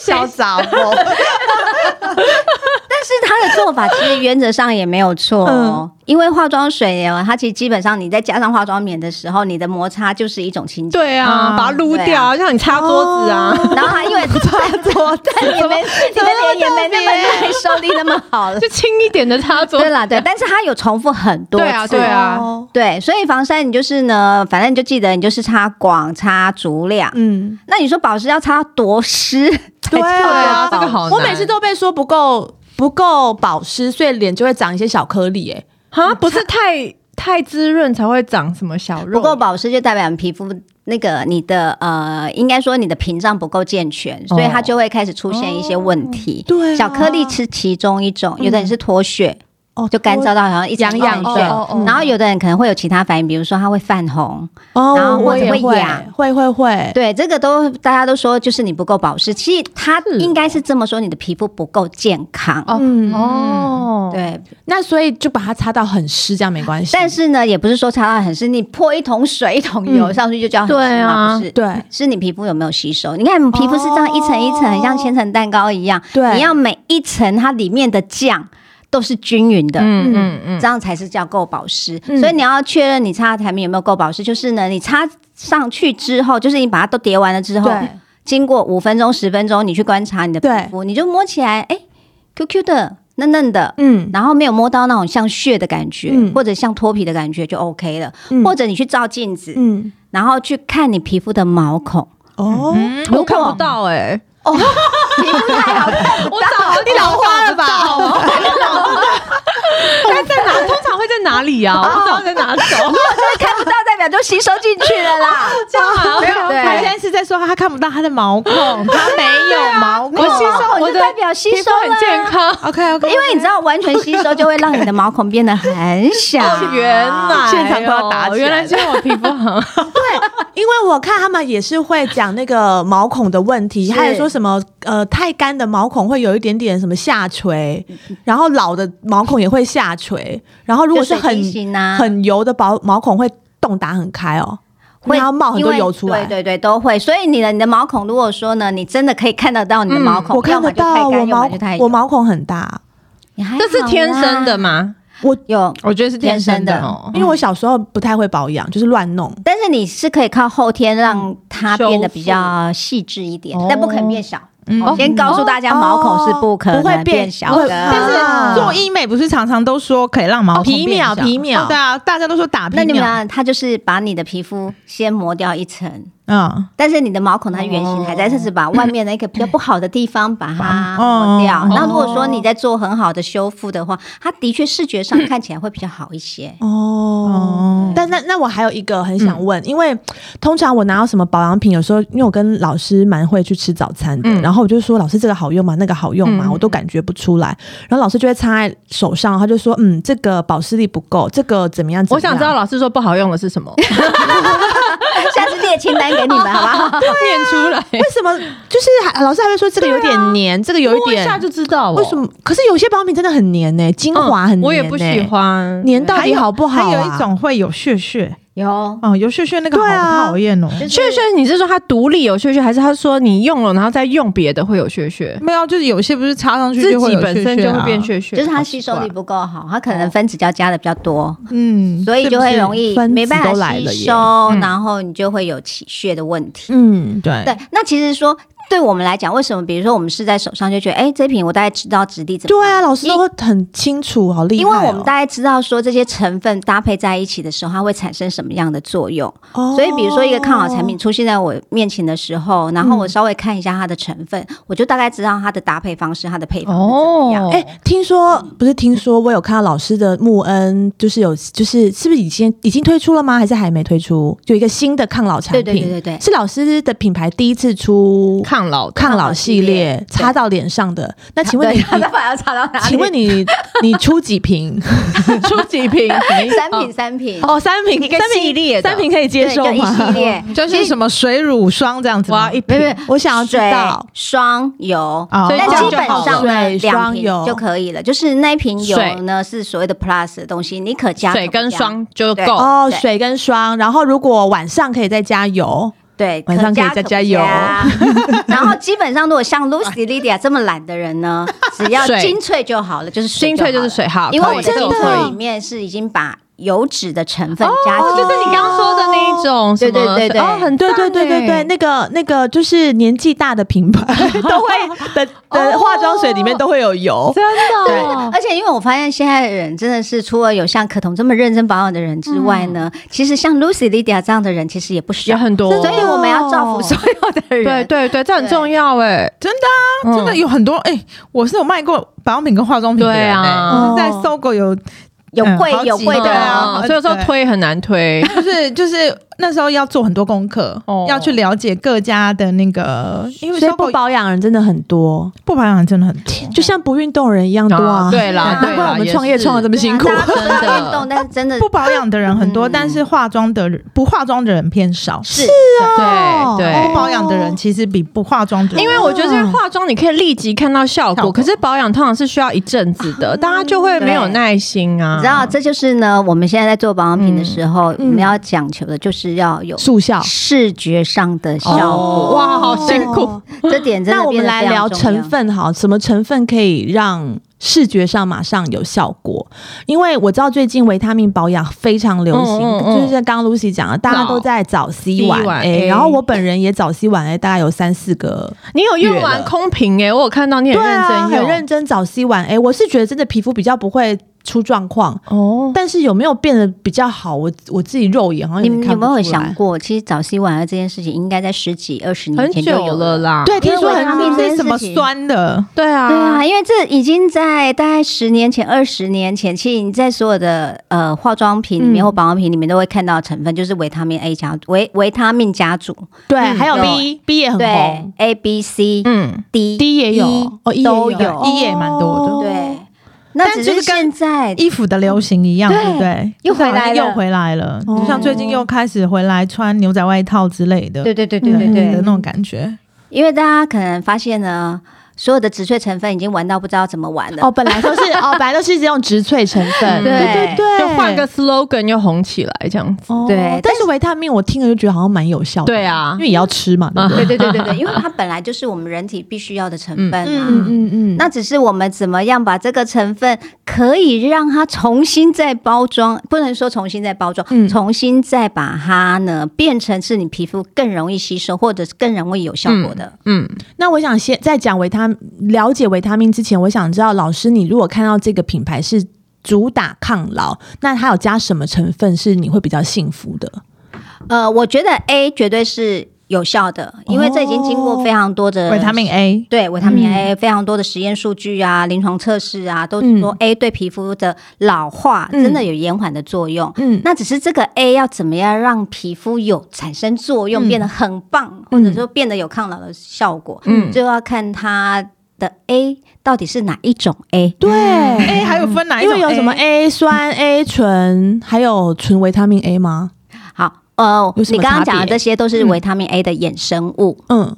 Speaker 4: 潇洒哦，
Speaker 3: 但是他的做法其实原则上也没有错哦，因为化妆水哦，它其实基本上你再加上化妆棉的时候，你的摩擦就是一种清洁。
Speaker 2: 对啊，
Speaker 1: 哦
Speaker 4: 啊
Speaker 2: 把它撸掉啊，像你擦桌子啊，
Speaker 3: 然后它因为擦桌，对，你们你们脸也没那么耐受力那么好了
Speaker 2: 就。轻一点的擦 桌
Speaker 3: 对。啦，对，但是它有重复很多
Speaker 2: 对啊，
Speaker 3: 次
Speaker 2: 对啊，
Speaker 1: 哦
Speaker 3: 对，所以防晒你就是呢，反正你就记得你就是擦广、擦足量。
Speaker 1: 嗯，
Speaker 3: 那你说保湿要擦多湿？
Speaker 1: 对
Speaker 2: 对啊，
Speaker 1: 啊，
Speaker 2: 这个好难。
Speaker 1: 我每次都被说不够不够保湿，所以脸就会长一些小颗粒、哎，
Speaker 2: 啊，不是太太滋润才会长什么小
Speaker 3: 不
Speaker 2: 肉，
Speaker 3: 够保湿就代表你皮肤那个你的呃，应该说你的屏障不够健全，所以它就会开始出现一些问题。
Speaker 1: 对啊
Speaker 3: 小颗粒是其中一种，有的人是脱屑，
Speaker 1: 哦
Speaker 3: 就干燥到好像一直
Speaker 2: 痒痒的
Speaker 3: 对
Speaker 1: 哦
Speaker 2: 啊
Speaker 1: 哦哦
Speaker 3: 然后有的人可能会有其他反应，比如说它会泛红，
Speaker 1: 哦，
Speaker 3: 然后
Speaker 1: 我
Speaker 3: 或者
Speaker 1: 也
Speaker 3: 会
Speaker 1: 会
Speaker 3: 痒
Speaker 1: 会会会，
Speaker 3: 对，这个都大家都说就是你不够保湿，其实它应该是这么说，你的皮肤不够健康。
Speaker 2: 哦
Speaker 1: 嗯
Speaker 2: 哦，
Speaker 3: 对，
Speaker 1: 那所以就把它擦到很湿，这样没关系。
Speaker 3: 但是呢，也不是说擦到很湿，你泼一桶水、一桶油、
Speaker 1: 嗯
Speaker 3: 上去就叫很
Speaker 2: 对
Speaker 3: 湿嘛，
Speaker 2: 啊
Speaker 3: 不是？
Speaker 1: 对
Speaker 3: 是你皮肤有没有吸收？你看，你皮肤是这样一层一层，很像千层蛋糕一样。
Speaker 1: 哦对
Speaker 3: 你要每一层它里面的酱都是均匀的，
Speaker 2: 嗯嗯嗯，
Speaker 3: 这样才是叫够保湿。
Speaker 1: 嗯
Speaker 3: 所以你要确认你擦的产品有没有够保湿，就是呢，你擦上去之后，就是你把它都叠完了之后，
Speaker 1: 对
Speaker 3: 经过五分钟、十分钟，你去观察你的
Speaker 1: 对
Speaker 3: 皮肤，你就摸起来，哎，Q Q 的、嫩嫩的，
Speaker 1: 嗯，
Speaker 3: 然后没有摸到那种像屑的感觉，
Speaker 1: 嗯
Speaker 3: 或者像脱皮的感觉就 OK 了。
Speaker 1: 嗯
Speaker 3: 或者你去照镜子，
Speaker 1: 嗯
Speaker 3: 然后去看你皮肤的 毛孔。
Speaker 1: 哦，
Speaker 2: 嗯我看不到哎，
Speaker 3: 皮肤太好看，
Speaker 2: 我早你老花了吧？那在哪？通常会在哪里
Speaker 4: 哦
Speaker 2: 呀？我不 知道在哪走。
Speaker 3: 就是看不到，代表就吸收进去了 啦。
Speaker 4: 没有，
Speaker 3: 对
Speaker 4: 哦
Speaker 1: 啊
Speaker 4: 他现在是在说他看不到他的毛 孔，他没有毛
Speaker 3: 没
Speaker 4: 孔
Speaker 3: 有。毛孔就代表吸
Speaker 2: 啊皮
Speaker 3: 收
Speaker 2: 肤
Speaker 3: 了
Speaker 2: 很健
Speaker 3: 啊。
Speaker 2: 康，
Speaker 4: OK OK，
Speaker 3: 因为你知道，完全吸收就会让你的毛孔变得很小。
Speaker 2: 原来
Speaker 4: 现场都要打
Speaker 2: 哦
Speaker 4: 起来
Speaker 2: 原来是因为我皮肤很好，
Speaker 1: 因为我看他们也是会讲那个毛孔的问题，
Speaker 3: 是
Speaker 1: 还有说什么呃太干的毛孔会有一点点什么下垂，然后老的毛孔也会下垂，然后如果是
Speaker 3: 就水
Speaker 1: 很
Speaker 3: 滴型啊
Speaker 1: 很油的毛毛孔会洞打很开哦，
Speaker 3: 会
Speaker 1: 然后冒很多油出来。
Speaker 3: 对对对，都会。所以你的你的毛孔，如果说呢，你真的可以看得到你的毛孔，
Speaker 1: 嗯我看
Speaker 3: 要
Speaker 1: 得
Speaker 3: 么就太
Speaker 1: 到，我
Speaker 3: 干，要
Speaker 1: 毛
Speaker 3: 么就太
Speaker 1: 我
Speaker 3: 油。
Speaker 1: 毛孔很大，
Speaker 3: 你还
Speaker 2: 这是
Speaker 3: 好
Speaker 2: 天
Speaker 3: 啦
Speaker 2: 生的， 吗？
Speaker 3: 有，
Speaker 2: 我觉得是天生的哦。
Speaker 1: 因为我小时候不太会保养，就是乱弄。
Speaker 3: 但是你是可以靠后天让它
Speaker 2: 嗯修
Speaker 3: 变得比
Speaker 2: 复
Speaker 3: 较细致一点
Speaker 2: 哦，
Speaker 3: 但不可能变小。
Speaker 4: 嗯
Speaker 3: 我先告诉大家，毛孔是不可
Speaker 1: 哦不会
Speaker 3: 能
Speaker 1: 变
Speaker 3: 变小
Speaker 1: 不会
Speaker 3: 的。
Speaker 1: 但
Speaker 4: 但
Speaker 3: 啊
Speaker 4: 是做医美不是常常都说可以让毛孔
Speaker 1: 皮秒
Speaker 4: 变小
Speaker 1: 皮秒
Speaker 4: 哦对啊，大家都说打皮
Speaker 3: 那你
Speaker 2: 哦
Speaker 3: 们
Speaker 4: 秒，
Speaker 3: 啊，它就是把你的皮肤先磨掉一层，
Speaker 4: 嗯，
Speaker 3: 但是你的毛孔它原型还
Speaker 2: 哦
Speaker 3: 在，这是把外面的一个比较不好的地方把它
Speaker 4: 哦
Speaker 2: 嗯
Speaker 3: 磨掉
Speaker 4: 哦。
Speaker 3: 那如果说你在做很好的修复的话，它的确视觉上看起来会比较好一些。
Speaker 1: 哦，
Speaker 2: 嗯
Speaker 4: 哦，
Speaker 1: 但那那我还有一个很想问，因为通常我拿到什么保养品，有时候因为我跟老师蛮会去吃早餐的，
Speaker 2: 嗯
Speaker 1: 然后我就说老师这个好用吗？那个好用吗？
Speaker 2: 嗯
Speaker 1: 我都感觉不出来。然后老师就会擦在手上，他就说嗯，这个保湿力不够，这个怎么样？
Speaker 2: 我想
Speaker 1: 怎
Speaker 2: 知
Speaker 1: 么
Speaker 2: 道
Speaker 1: 样
Speaker 2: 老师说不好用的是什么，
Speaker 3: 下次列清单给你们好不好？
Speaker 2: 念出 来，
Speaker 1: 为什么，就是还老师还会说这个有点黏，
Speaker 2: 啊
Speaker 1: 这个有一
Speaker 2: 摸一下
Speaker 1: 点
Speaker 2: 就知道哦。
Speaker 1: 为什么？可是有些保养品真的很黏呢、精
Speaker 2: 嗯
Speaker 1: 华很黏、欸
Speaker 2: 我也不喜，欢
Speaker 1: 黏到
Speaker 4: 还
Speaker 1: 底
Speaker 4: 有
Speaker 1: 好不好、啊？
Speaker 4: 还有一种会有屑屑，
Speaker 3: 有，
Speaker 4: 哦，有屑屑那个
Speaker 1: 对啊
Speaker 4: 好讨厌哦。
Speaker 3: 就是
Speaker 2: 血血，你是说它独立有血血，还是他说你用了然后再用别的会有血血？
Speaker 4: 没有，就是有些不是插上去
Speaker 2: 自
Speaker 4: 就会
Speaker 2: 己
Speaker 4: 有
Speaker 2: 本身就
Speaker 4: 屑屑啊
Speaker 2: 会变，血血，
Speaker 3: 就是它吸收力不够好，它可能分子胶加的比较多，
Speaker 4: 嗯，
Speaker 3: 所以就会容易
Speaker 1: 哦是不是
Speaker 3: 没办
Speaker 1: 分子都来
Speaker 3: 法
Speaker 1: 了耶
Speaker 3: 吸收
Speaker 2: 嗯，
Speaker 3: 然后你就会有起屑的问题。
Speaker 1: 嗯，
Speaker 4: 对
Speaker 3: 对，那其实说对我们来讲，为什么比如说我们试在手上就觉得，哎，这瓶我大概知道质地怎么
Speaker 1: 对
Speaker 3: 样。
Speaker 1: 啊，老师都会很清楚，好厉害
Speaker 3: 因
Speaker 1: 哦、
Speaker 3: 为我们大概知道说这些成分搭配在一起的时候，它会产生什么样的作用。
Speaker 1: 哦，
Speaker 3: 所以，比如说一个抗老产品出现在我面前的时候，然
Speaker 1: 嗯
Speaker 3: 后我稍微看一下它的成分，我就大概知道它的搭配方式、它的配方是怎么样。
Speaker 2: 哦，
Speaker 1: 哎、听说不是听说，我有看到老师的穆恩，就是有就是是不是已经已经推出了吗？还是还没推出？有一个新的抗老产
Speaker 3: 对
Speaker 1: 品，
Speaker 3: 对对对对，
Speaker 1: 是老师的品牌第一次出
Speaker 2: 抗老的
Speaker 1: 抗老系列，
Speaker 3: 对
Speaker 1: 擦到脸上的。那请问
Speaker 3: 对
Speaker 1: 你，
Speaker 3: 它的把要擦到哪里？
Speaker 1: 请问你 你出几瓶？
Speaker 2: 出几 瓶？
Speaker 3: 三瓶三瓶
Speaker 1: 哦，三瓶，
Speaker 2: 一个
Speaker 1: 三瓶
Speaker 2: 系列的
Speaker 1: 三瓶可以接
Speaker 3: 对，
Speaker 1: 受
Speaker 3: 就一系
Speaker 1: 吗？
Speaker 3: 列，
Speaker 4: 就是什么水乳霜这样子
Speaker 2: 我
Speaker 4: 吗
Speaker 2: 要？一
Speaker 3: 没有没有
Speaker 2: 瓶。
Speaker 1: 我想要知
Speaker 3: 水
Speaker 1: 道。
Speaker 3: 霜油，
Speaker 4: 哦
Speaker 2: 所以
Speaker 3: 但
Speaker 2: 这样
Speaker 3: 基
Speaker 2: 就
Speaker 3: 本
Speaker 2: 好
Speaker 3: 上
Speaker 2: 了
Speaker 3: 呢，
Speaker 1: 水
Speaker 3: 两
Speaker 1: 霜
Speaker 3: 瓶
Speaker 1: 油
Speaker 3: 就可以了。就是那一瓶油
Speaker 2: 水
Speaker 3: 呢，是所谓的 plus 的东西，你可加
Speaker 2: 水跟
Speaker 3: 可不加。
Speaker 2: 霜就
Speaker 3: 对
Speaker 2: 够。
Speaker 1: 哦，
Speaker 3: 对
Speaker 1: 水跟霜，然后如果晚上可以再加油，
Speaker 3: 对，
Speaker 1: 晚上可以
Speaker 3: 加
Speaker 1: 加
Speaker 3: 不
Speaker 1: 加油
Speaker 3: 然后基本上，如果像 Lucy、Lydia 这么懒的人 呢，只要
Speaker 2: 水
Speaker 3: 精粹就好了，就是水
Speaker 2: 精粹就
Speaker 3: 好
Speaker 2: 是
Speaker 3: 了
Speaker 2: 水好
Speaker 3: 因为
Speaker 2: 可以
Speaker 3: 我的
Speaker 2: 这个
Speaker 3: 精
Speaker 2: 我可
Speaker 3: 粹
Speaker 2: 以哦
Speaker 3: 里面是已经把油脂的成分加进去，
Speaker 2: 就是你刚刚说的那一种什么，
Speaker 3: 哦对对对对
Speaker 2: 哦，很
Speaker 1: 对对对对对，那个那个就是年纪大的品牌都会的的化妆水里面都会有油，
Speaker 2: 真哦
Speaker 3: 对，
Speaker 1: 哦
Speaker 3: 而且因为我发现现在的人真的是，除了有像可彤这么认真保养的人之外呢，
Speaker 1: 嗯
Speaker 3: 其实像 Lucy、Lydia 这样的人其实也不少，
Speaker 2: 也很多，
Speaker 3: 所以我们要造福所有的
Speaker 2: 对
Speaker 3: 人。
Speaker 2: 对对，这很重要哎，
Speaker 3: 嗯
Speaker 4: 真的啊，真的有很多哎、我是有卖过保养品跟化妆品的人、
Speaker 2: 对啊
Speaker 4: 哎就是在搜狗有
Speaker 3: 有
Speaker 4: 嗯
Speaker 3: 贵
Speaker 4: 好几
Speaker 3: 有贵
Speaker 4: 对
Speaker 3: 的
Speaker 4: 啊
Speaker 3: 哦，
Speaker 2: 嗯所以有时候推很难推，
Speaker 4: 就是就是那时候要做很多功课，
Speaker 2: 哦
Speaker 4: 要去了解各家的那个，因为
Speaker 1: 所以
Speaker 4: 搜狗
Speaker 1: 不保养人真的很多，
Speaker 4: 不保养真的很多。
Speaker 1: 就像不运动人一样多啊。
Speaker 2: 啊对啦，
Speaker 1: 难怪我们创业创的这
Speaker 2: 么
Speaker 1: 么辛苦
Speaker 3: 对。啊大家都
Speaker 2: 真的
Speaker 3: 在运动，但是真的
Speaker 4: 不保养的人很多，
Speaker 3: 嗯
Speaker 4: 但是化妆的人不化妆的人偏少。
Speaker 3: 是哦
Speaker 2: 对
Speaker 4: 不
Speaker 2: 对。
Speaker 4: 保养的人其实比不化妆的人，
Speaker 2: 因为我觉得这个化妆你可以立即看到效
Speaker 4: 效
Speaker 2: 果，
Speaker 4: 果
Speaker 2: 可是保养通常是需要一阵子的，大家就会没有
Speaker 3: 啊对
Speaker 2: 耐心啊。
Speaker 3: 你知道，这就是呢，我们现在在做保养品的时候，
Speaker 1: 嗯
Speaker 3: 我们要讲求的就是要有
Speaker 1: 速效
Speaker 3: 视觉上的效
Speaker 2: 哦
Speaker 3: 果。
Speaker 2: 哇，好辛苦。
Speaker 3: 这点真
Speaker 1: 那
Speaker 3: 的
Speaker 1: 我
Speaker 3: 变
Speaker 1: 们
Speaker 3: 得
Speaker 1: 来
Speaker 3: 非常
Speaker 1: 聊
Speaker 3: 重
Speaker 1: 成
Speaker 3: 要。
Speaker 1: 分好，什么成分可以让视觉上马上有效果？因为我知道最近维他命保养非常流行，
Speaker 2: 嗯嗯嗯
Speaker 1: 就是像刚刚 Lucy 讲的，大家都在早 C 晚
Speaker 2: C 晚
Speaker 1: A，
Speaker 2: A
Speaker 1: 然后我本人也早 C 晚哎 A，大概有三四个。
Speaker 2: 你有用
Speaker 1: 越
Speaker 2: 完
Speaker 1: 了
Speaker 2: 空瓶哎，我有看到你很
Speaker 1: 对
Speaker 2: 认
Speaker 1: 啊，
Speaker 2: 真用，
Speaker 1: 很认真早 C 晚 A，我是觉得真的皮肤比较不会出状况，
Speaker 2: 哦。
Speaker 1: 但是有没有变得比较好？我我自己肉眼好像
Speaker 3: 你
Speaker 1: 有点
Speaker 3: 们有
Speaker 1: 看不
Speaker 3: 没
Speaker 1: 出
Speaker 3: 有
Speaker 1: 来
Speaker 3: 想过，其实早 C 晚 A 这件事情，应该在十几二十
Speaker 2: 很
Speaker 3: 年前就
Speaker 2: 久
Speaker 3: 有
Speaker 2: 了。啦，
Speaker 1: 对，听说
Speaker 3: 因为维他
Speaker 1: 很
Speaker 3: 命
Speaker 4: 那
Speaker 3: 这件
Speaker 4: 是什么
Speaker 3: 事情
Speaker 4: 酸的？
Speaker 2: 对啊，
Speaker 3: 对啊，因为这已经在大概十年前、二十年前，其实你在所有的呃化妆品
Speaker 1: 嗯
Speaker 3: 里面或保养品里面都会看到成分，就是维他命 A 家维维他命家族，
Speaker 1: 对，还有
Speaker 3: 有
Speaker 1: B B 也很
Speaker 3: 对
Speaker 1: 红
Speaker 3: A、B、C、
Speaker 2: 嗯，
Speaker 1: 嗯
Speaker 3: D、
Speaker 1: 哦，D 也有，哦，E 哦也
Speaker 3: 都
Speaker 1: 有
Speaker 3: 有
Speaker 4: 一也蛮多的，
Speaker 3: 对，那只是现在
Speaker 4: 衣服的流行一样，
Speaker 3: 对
Speaker 4: 对不对？
Speaker 3: 又回来了
Speaker 4: 又回来了，
Speaker 1: 哦
Speaker 4: 就像最近又开始回来穿牛仔外套之类
Speaker 1: 嗯
Speaker 4: 的，
Speaker 3: 对对对对对
Speaker 4: 的
Speaker 3: 对，
Speaker 4: 那种感觉。
Speaker 3: 因为大家可能发现呢，所有的植萃成分已经玩到不知道怎么玩了
Speaker 1: 哦，。本来都是哦，本来都是一直用植萃成分，
Speaker 2: 嗯
Speaker 1: 对对对，
Speaker 2: 就换个 slogan 又红起来这样子。
Speaker 1: 哦
Speaker 3: 对
Speaker 1: 但
Speaker 3: 但
Speaker 1: 是
Speaker 3: 是
Speaker 1: 维他命我听了就觉得好像蛮有效的，
Speaker 2: 对啊
Speaker 1: 因为也要吃嘛，对不对？
Speaker 3: 对对对对对，因为它本来就是我们人体必须要的成分啊。
Speaker 1: 嗯嗯嗯，
Speaker 3: 那只是我们怎么样把这个成分可以让它重新再包装，不能说重新再包装，
Speaker 1: 嗯
Speaker 3: 重新再把它呢变成是你皮肤更容易吸收，或者是更容易有效果的。
Speaker 2: 嗯，
Speaker 1: 那我想先在讲维他了解维他命之前，我想知道老师，你如果看到这个品牌是主打抗老，那它有加什么成分是你会比较幸福的？
Speaker 3: 呃，我觉得 A 绝对是有效的，因为这已经经过非常多
Speaker 1: 嗯
Speaker 3: 的
Speaker 4: 维他命 A，
Speaker 3: 对维他命 A 非常多的实验数据啊、临床测试啊，都是说 A 对皮肤的老化
Speaker 1: 嗯
Speaker 3: 真的有延缓的作用。
Speaker 1: 嗯
Speaker 3: 那只是这个 A 要怎么样让皮肤有产生作
Speaker 1: 嗯
Speaker 3: 用，变得很棒，或者说变得有抗老的效果，嗯，就要看它的 A 到底是哪一种 A。
Speaker 1: 对。
Speaker 4: A 还有嗯分哪
Speaker 1: 嗯
Speaker 4: 一
Speaker 1: 因
Speaker 4: 种？
Speaker 1: 为有什么 A 酸、A 醇，还有纯维他命 A 吗？
Speaker 3: 好，呃，
Speaker 1: 有什么
Speaker 3: 你刚刚讲
Speaker 1: 差
Speaker 3: 的
Speaker 1: 别
Speaker 3: 这些都是维他命 A 的衍生物，
Speaker 1: 嗯，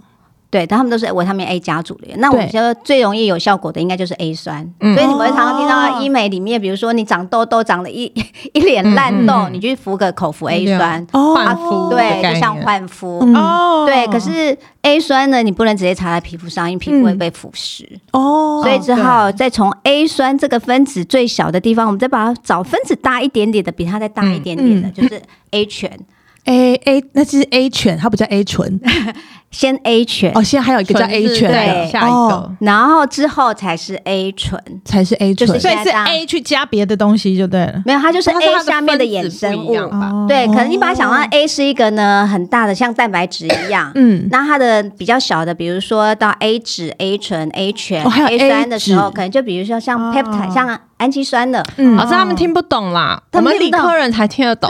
Speaker 3: 对，但他们都是维他命 A 家族的。那我们
Speaker 1: 对嗯
Speaker 3: 觉得最容易有效果的应该就是 A 酸，所以你们会常常听到医美里面，比如说你长痘痘长了一 一脸
Speaker 1: 嗯
Speaker 3: 烂痘，你去敷个口服 A 酸，
Speaker 1: 哦
Speaker 2: 换肤的
Speaker 3: 对，
Speaker 2: 概
Speaker 3: 就像
Speaker 2: 念
Speaker 3: 焕肤。
Speaker 1: 嗯
Speaker 4: 哦，
Speaker 3: 对，可是 A 酸呢，你不能直接擦在皮肤上，因为皮肤会被腐蚀，
Speaker 1: 嗯哦，
Speaker 3: 所以只好再从 A 酸这个分子最小的地方，我们再把它找分子大一点点的，比它再大一点点的，
Speaker 1: 嗯
Speaker 3: 就是 A 醛，
Speaker 1: A A 那是 A 醛，它不叫 A 醇
Speaker 3: 先 A 醛，
Speaker 1: 哦，现在还有一个叫 A
Speaker 2: 纯是
Speaker 1: 醛
Speaker 2: 对
Speaker 1: 的，
Speaker 3: 对
Speaker 2: 下一
Speaker 1: 哦
Speaker 2: 个
Speaker 3: 然后之后才是 A 醇。
Speaker 1: 才是 A 醇，
Speaker 3: 就是
Speaker 4: 所以是 A 去加别的东西就对了。
Speaker 3: 没有，它就是
Speaker 2: 但是它
Speaker 3: A
Speaker 2: 的
Speaker 3: 下面的
Speaker 2: 分
Speaker 3: 衍
Speaker 2: 子
Speaker 3: 生
Speaker 2: 不
Speaker 3: 物
Speaker 2: 一。样吧？
Speaker 4: 哦
Speaker 3: 对，可能你把它想到 A 是一个呢很大的，像蛋白质一样。
Speaker 1: 嗯，
Speaker 3: 那它的比较小的，比如说到 A 酯、A 醇、A 醛、
Speaker 1: 哦还有
Speaker 3: A 酸的时
Speaker 1: A
Speaker 3: 候，
Speaker 1: 酯
Speaker 3: 可能就比如说像
Speaker 4: 哦
Speaker 3: peptide，、像氨基酸的。
Speaker 1: 嗯
Speaker 2: 老师哦他们听不懂啦，我
Speaker 3: 他们
Speaker 2: 们
Speaker 3: 听
Speaker 2: 理
Speaker 3: 不懂
Speaker 2: 科人才听得 懂。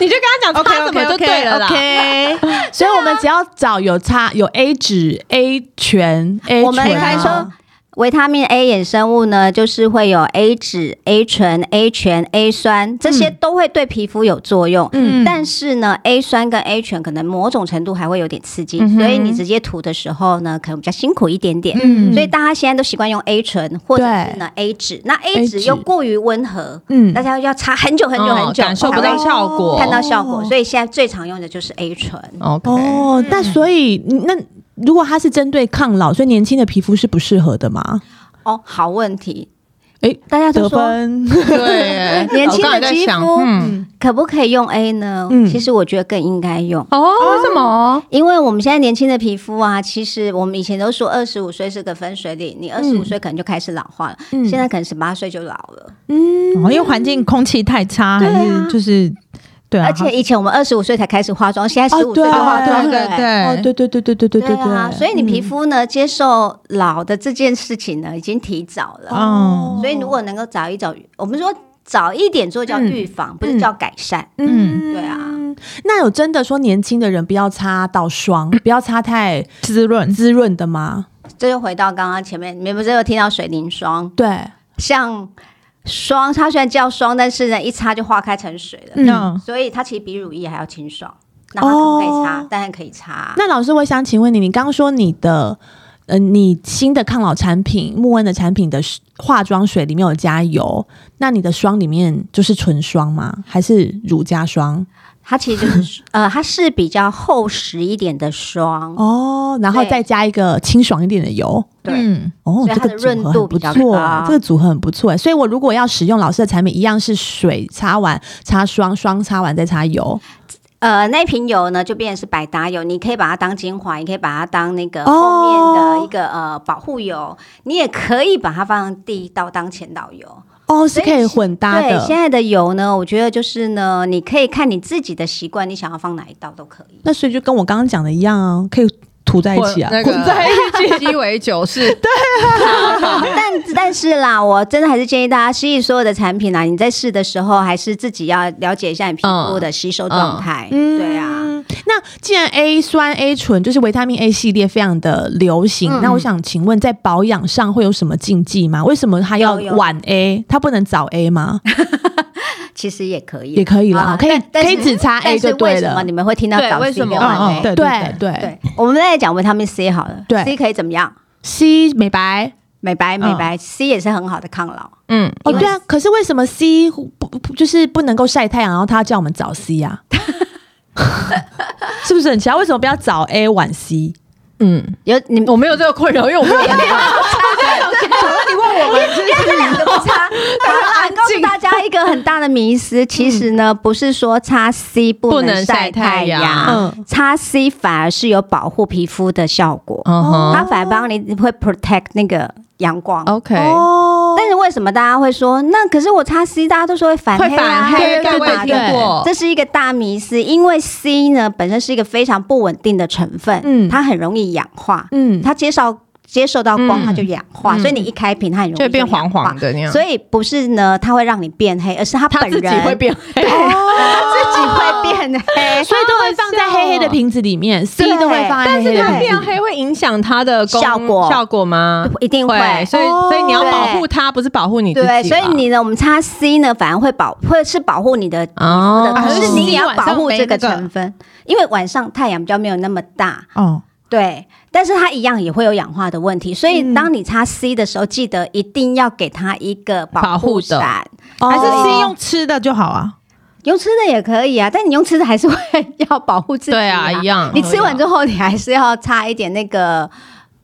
Speaker 2: 你就跟他
Speaker 1: 哦
Speaker 2: 讲擦什么就对了啦。
Speaker 4: OK，
Speaker 1: 所以我们只要找有差有 A 酯、A 醛、A
Speaker 3: 我们
Speaker 1: 醇
Speaker 3: 来
Speaker 1: 啊
Speaker 3: 说，维他命 A 衍生物呢，就是会有 A 酯、A 醇、A 醛、A 酸，这些都会对皮肤有作用。
Speaker 4: 嗯
Speaker 3: 但是呢，A 酸跟 A 醛可能某种程度还会有点刺激，
Speaker 4: 嗯哼
Speaker 3: 所以你直接涂的时候呢，可能比较辛苦一点点。
Speaker 4: 嗯
Speaker 3: 所以大家现在都习惯用 A 醇或者
Speaker 1: 对
Speaker 3: 是呢 A 酯，那 A 酯
Speaker 1: 酯
Speaker 3: 又过于温和，
Speaker 4: 嗯
Speaker 3: 大家要擦很久很久很久，
Speaker 2: 哦感受不
Speaker 3: 才
Speaker 2: 到
Speaker 3: 会
Speaker 2: 效果。
Speaker 3: 看到效果，所以现在最常用的就是 A 醇。
Speaker 2: OK，
Speaker 1: 哦，那所以那如果它是针对抗老，所以年轻的皮肤是不适合的吗？
Speaker 3: 哦，好问题，
Speaker 1: 哎，
Speaker 3: 大家都
Speaker 1: 得
Speaker 3: 说
Speaker 1: 分，
Speaker 2: 对 耶，
Speaker 3: 年轻的
Speaker 2: 我刚才在
Speaker 3: 肌
Speaker 2: 想
Speaker 3: 肤
Speaker 2: 嗯
Speaker 3: 可不可以用 A 呢？
Speaker 1: 嗯
Speaker 3: 其实我觉得更应该用。
Speaker 2: 哦，为什么？
Speaker 3: 因为我们现在年轻的皮肤啊，其实我们以前都说二十五岁是个分水岭，你二十五岁可能就开始老化了，
Speaker 1: 嗯
Speaker 3: 现在可能十八岁就老了。
Speaker 4: 哦因为环境空气太差，还是就是对啊，
Speaker 3: 而且以前我们二十五岁才开始化妆，现在
Speaker 1: 哦
Speaker 3: 十五岁
Speaker 1: 对
Speaker 3: 就化
Speaker 4: 对啊
Speaker 3: 妆了、
Speaker 4: 对
Speaker 3: 哎
Speaker 1: 哦，
Speaker 4: 呃对
Speaker 1: 对对对对对对对
Speaker 3: 啊，所以你皮肤呢、接受老的这件事情呢，已经提早了。
Speaker 4: 哦
Speaker 3: 所以如果能够早一早，我们说早一点做叫预防，不是叫改善。
Speaker 4: 嗯
Speaker 3: 对啊，
Speaker 1: 那有真的说年轻的人不要擦到 霜，不要擦太
Speaker 4: 滋润，
Speaker 1: 滋润的吗？
Speaker 3: 这就回到刚刚前面，你们不是有听到水凝霜？
Speaker 1: 对，
Speaker 3: 像霜，它虽然叫霜，但是呢，一擦就化开成水了。
Speaker 4: 嗯，
Speaker 3: 所以它其实比乳液还要清爽。那它可不可以擦？
Speaker 1: 哦
Speaker 3: 当然可以擦。
Speaker 1: 那老师，我想请问你，你刚刚说你的，呃，你新的抗老产品穆恩的产品的化妆水里面有加油，那你的霜里面就是唇霜吗？还是乳加霜？
Speaker 3: 它其实就是 呃，它是比较厚实一点的霜，
Speaker 1: 哦，然后
Speaker 3: 对
Speaker 1: 再加一个清爽一点的油。
Speaker 3: 对，
Speaker 4: 嗯
Speaker 1: 哦
Speaker 3: 所，以
Speaker 1: 这
Speaker 3: 它
Speaker 1: 个
Speaker 3: 的
Speaker 1: 组合
Speaker 3: 润
Speaker 1: 很
Speaker 3: 度
Speaker 1: 不
Speaker 3: 比较
Speaker 1: 错
Speaker 3: 高，
Speaker 1: 这个组合很不错。所以我如果要使用老师的产品，一样是水擦完擦霜，霜擦完再擦油。
Speaker 3: 呃，那瓶油呢就变成是百搭油，你可以把它当精华，也可以把它当那
Speaker 1: 哦
Speaker 3: 个后面的一个、呃保护油，你也可以把它放第一道当前导油。
Speaker 1: 哦，是可以混搭
Speaker 3: 对，
Speaker 1: 的。
Speaker 3: 现在的油呢，我觉得就是呢，你可以看你自己的习惯，你想要放哪一道都可以。
Speaker 1: 那所以就跟我刚刚讲的一样啊，可以涂在一起啊。
Speaker 2: 那
Speaker 4: 混在
Speaker 2: 一起，鸡尾酒是
Speaker 3: 但但是啦，我真的还是建议大家，其实所有的产品啦，啊你在试的时候，还是自己要了解一下你皮肤的吸收状态。
Speaker 1: 嗯
Speaker 3: 对啊，
Speaker 1: 那既然 A 酸、A 醇就是维他命 A 系列非常的流行，
Speaker 3: 嗯
Speaker 1: 那我想请问，在保养上会有什么禁忌吗？为什么它要
Speaker 3: 有有
Speaker 1: 晚 A，它不能早 A 吗？
Speaker 3: 其实也可以，
Speaker 1: 也可以啦，
Speaker 3: 啊
Speaker 1: 可以
Speaker 3: 但
Speaker 1: 可以
Speaker 3: 但是
Speaker 1: 只擦 A
Speaker 3: 但
Speaker 1: 就是
Speaker 3: 为
Speaker 1: 对
Speaker 3: 什么
Speaker 1: 了
Speaker 3: 你。们会听到
Speaker 2: 对
Speaker 3: 早
Speaker 2: 为
Speaker 3: C
Speaker 2: 什么
Speaker 3: 跟晚
Speaker 4: 嗯
Speaker 3: A？
Speaker 4: 对
Speaker 1: 对
Speaker 4: 对
Speaker 1: 对
Speaker 3: 对，我们再讲维他命 C 好了。
Speaker 1: 对嗯
Speaker 3: ，C 可以怎么样？
Speaker 1: ，C 美白
Speaker 3: 美白，美白、c 也是很好的抗老。
Speaker 2: 嗯，
Speaker 1: 哦，
Speaker 3: 因为
Speaker 1: 对啊，可是为什么 C 不不就是不能够晒太阳，然后他叫我们早 C 啊？ 是不是很奇怪？为什么不要早 A 晚 C？
Speaker 2: 嗯，
Speaker 3: 有你们，
Speaker 2: 我没有这个困扰，因为我没有
Speaker 3: 这两个不 差。好啦，告诉大家一个很大的迷思，其实呢，不是说擦 C 不
Speaker 2: 嗯不能
Speaker 3: 能晒
Speaker 2: 晒太
Speaker 3: 太
Speaker 2: 阳嗯
Speaker 3: 阳，擦 C 反而是有保护皮肤的效果，
Speaker 2: 嗯 哼
Speaker 3: 它反而帮你会 protect 那个阳光。
Speaker 2: 哦，OK，
Speaker 1: 哦，
Speaker 3: 但是为什么大家会说那？可是我擦 C，大家都说会反
Speaker 2: 会
Speaker 3: 黑啊，
Speaker 2: 反
Speaker 3: 黑
Speaker 2: 黑，
Speaker 3: 干嘛
Speaker 2: 对
Speaker 3: 的？
Speaker 2: 过
Speaker 3: 这是一个大迷思，因为 C 呢本身是一个非常不稳定的成分，
Speaker 1: 嗯
Speaker 3: 它很容易氧化，
Speaker 1: 嗯，
Speaker 3: 它接受接受到光
Speaker 2: 嗯
Speaker 3: 它就氧化，
Speaker 2: 嗯
Speaker 3: 所以你一开瓶它很容易
Speaker 2: 就变
Speaker 3: 氧化
Speaker 2: 黄黄。的那样，
Speaker 3: 所以不是呢，它会让你变黑，而是它
Speaker 2: 它
Speaker 3: 本
Speaker 2: 自
Speaker 3: 人
Speaker 2: 己会变
Speaker 3: 它自
Speaker 2: 黑，
Speaker 3: 己会变 黑。
Speaker 1: 所以都会放在黑黑的瓶子里面，C
Speaker 3: 对
Speaker 1: 都会放在黑黑的
Speaker 2: 它
Speaker 1: 瓶子
Speaker 2: 变
Speaker 1: 里面。
Speaker 2: 黑会影响它的功
Speaker 3: 效果
Speaker 2: 效果吗？
Speaker 3: 一定会
Speaker 2: 所以所以你要
Speaker 3: 对
Speaker 2: 保护它，不是保护你自己啦。
Speaker 3: 对，所以你呢，我们擦 C 呢，反而会保，会是保护你的
Speaker 2: 哦，
Speaker 3: 可是你也要保护这个
Speaker 4: 晚上没那个
Speaker 3: 成分，因为晚上太阳比较没有那么大，
Speaker 4: 哦，
Speaker 3: 对，但是它一样也会有氧化的问题，所以
Speaker 1: 嗯
Speaker 3: 当你擦 C 的时候，记得一定要给它一个
Speaker 2: 保
Speaker 3: 保
Speaker 2: 护
Speaker 3: 护
Speaker 2: 的
Speaker 3: 伞，
Speaker 4: 还是
Speaker 1: 哦
Speaker 4: C 用吃的就好啊。
Speaker 3: 用吃的也可以啊，但你用吃的还是会要保护自己、
Speaker 2: 对啊，一。样。
Speaker 3: 你吃完之后，你还是要擦一点那个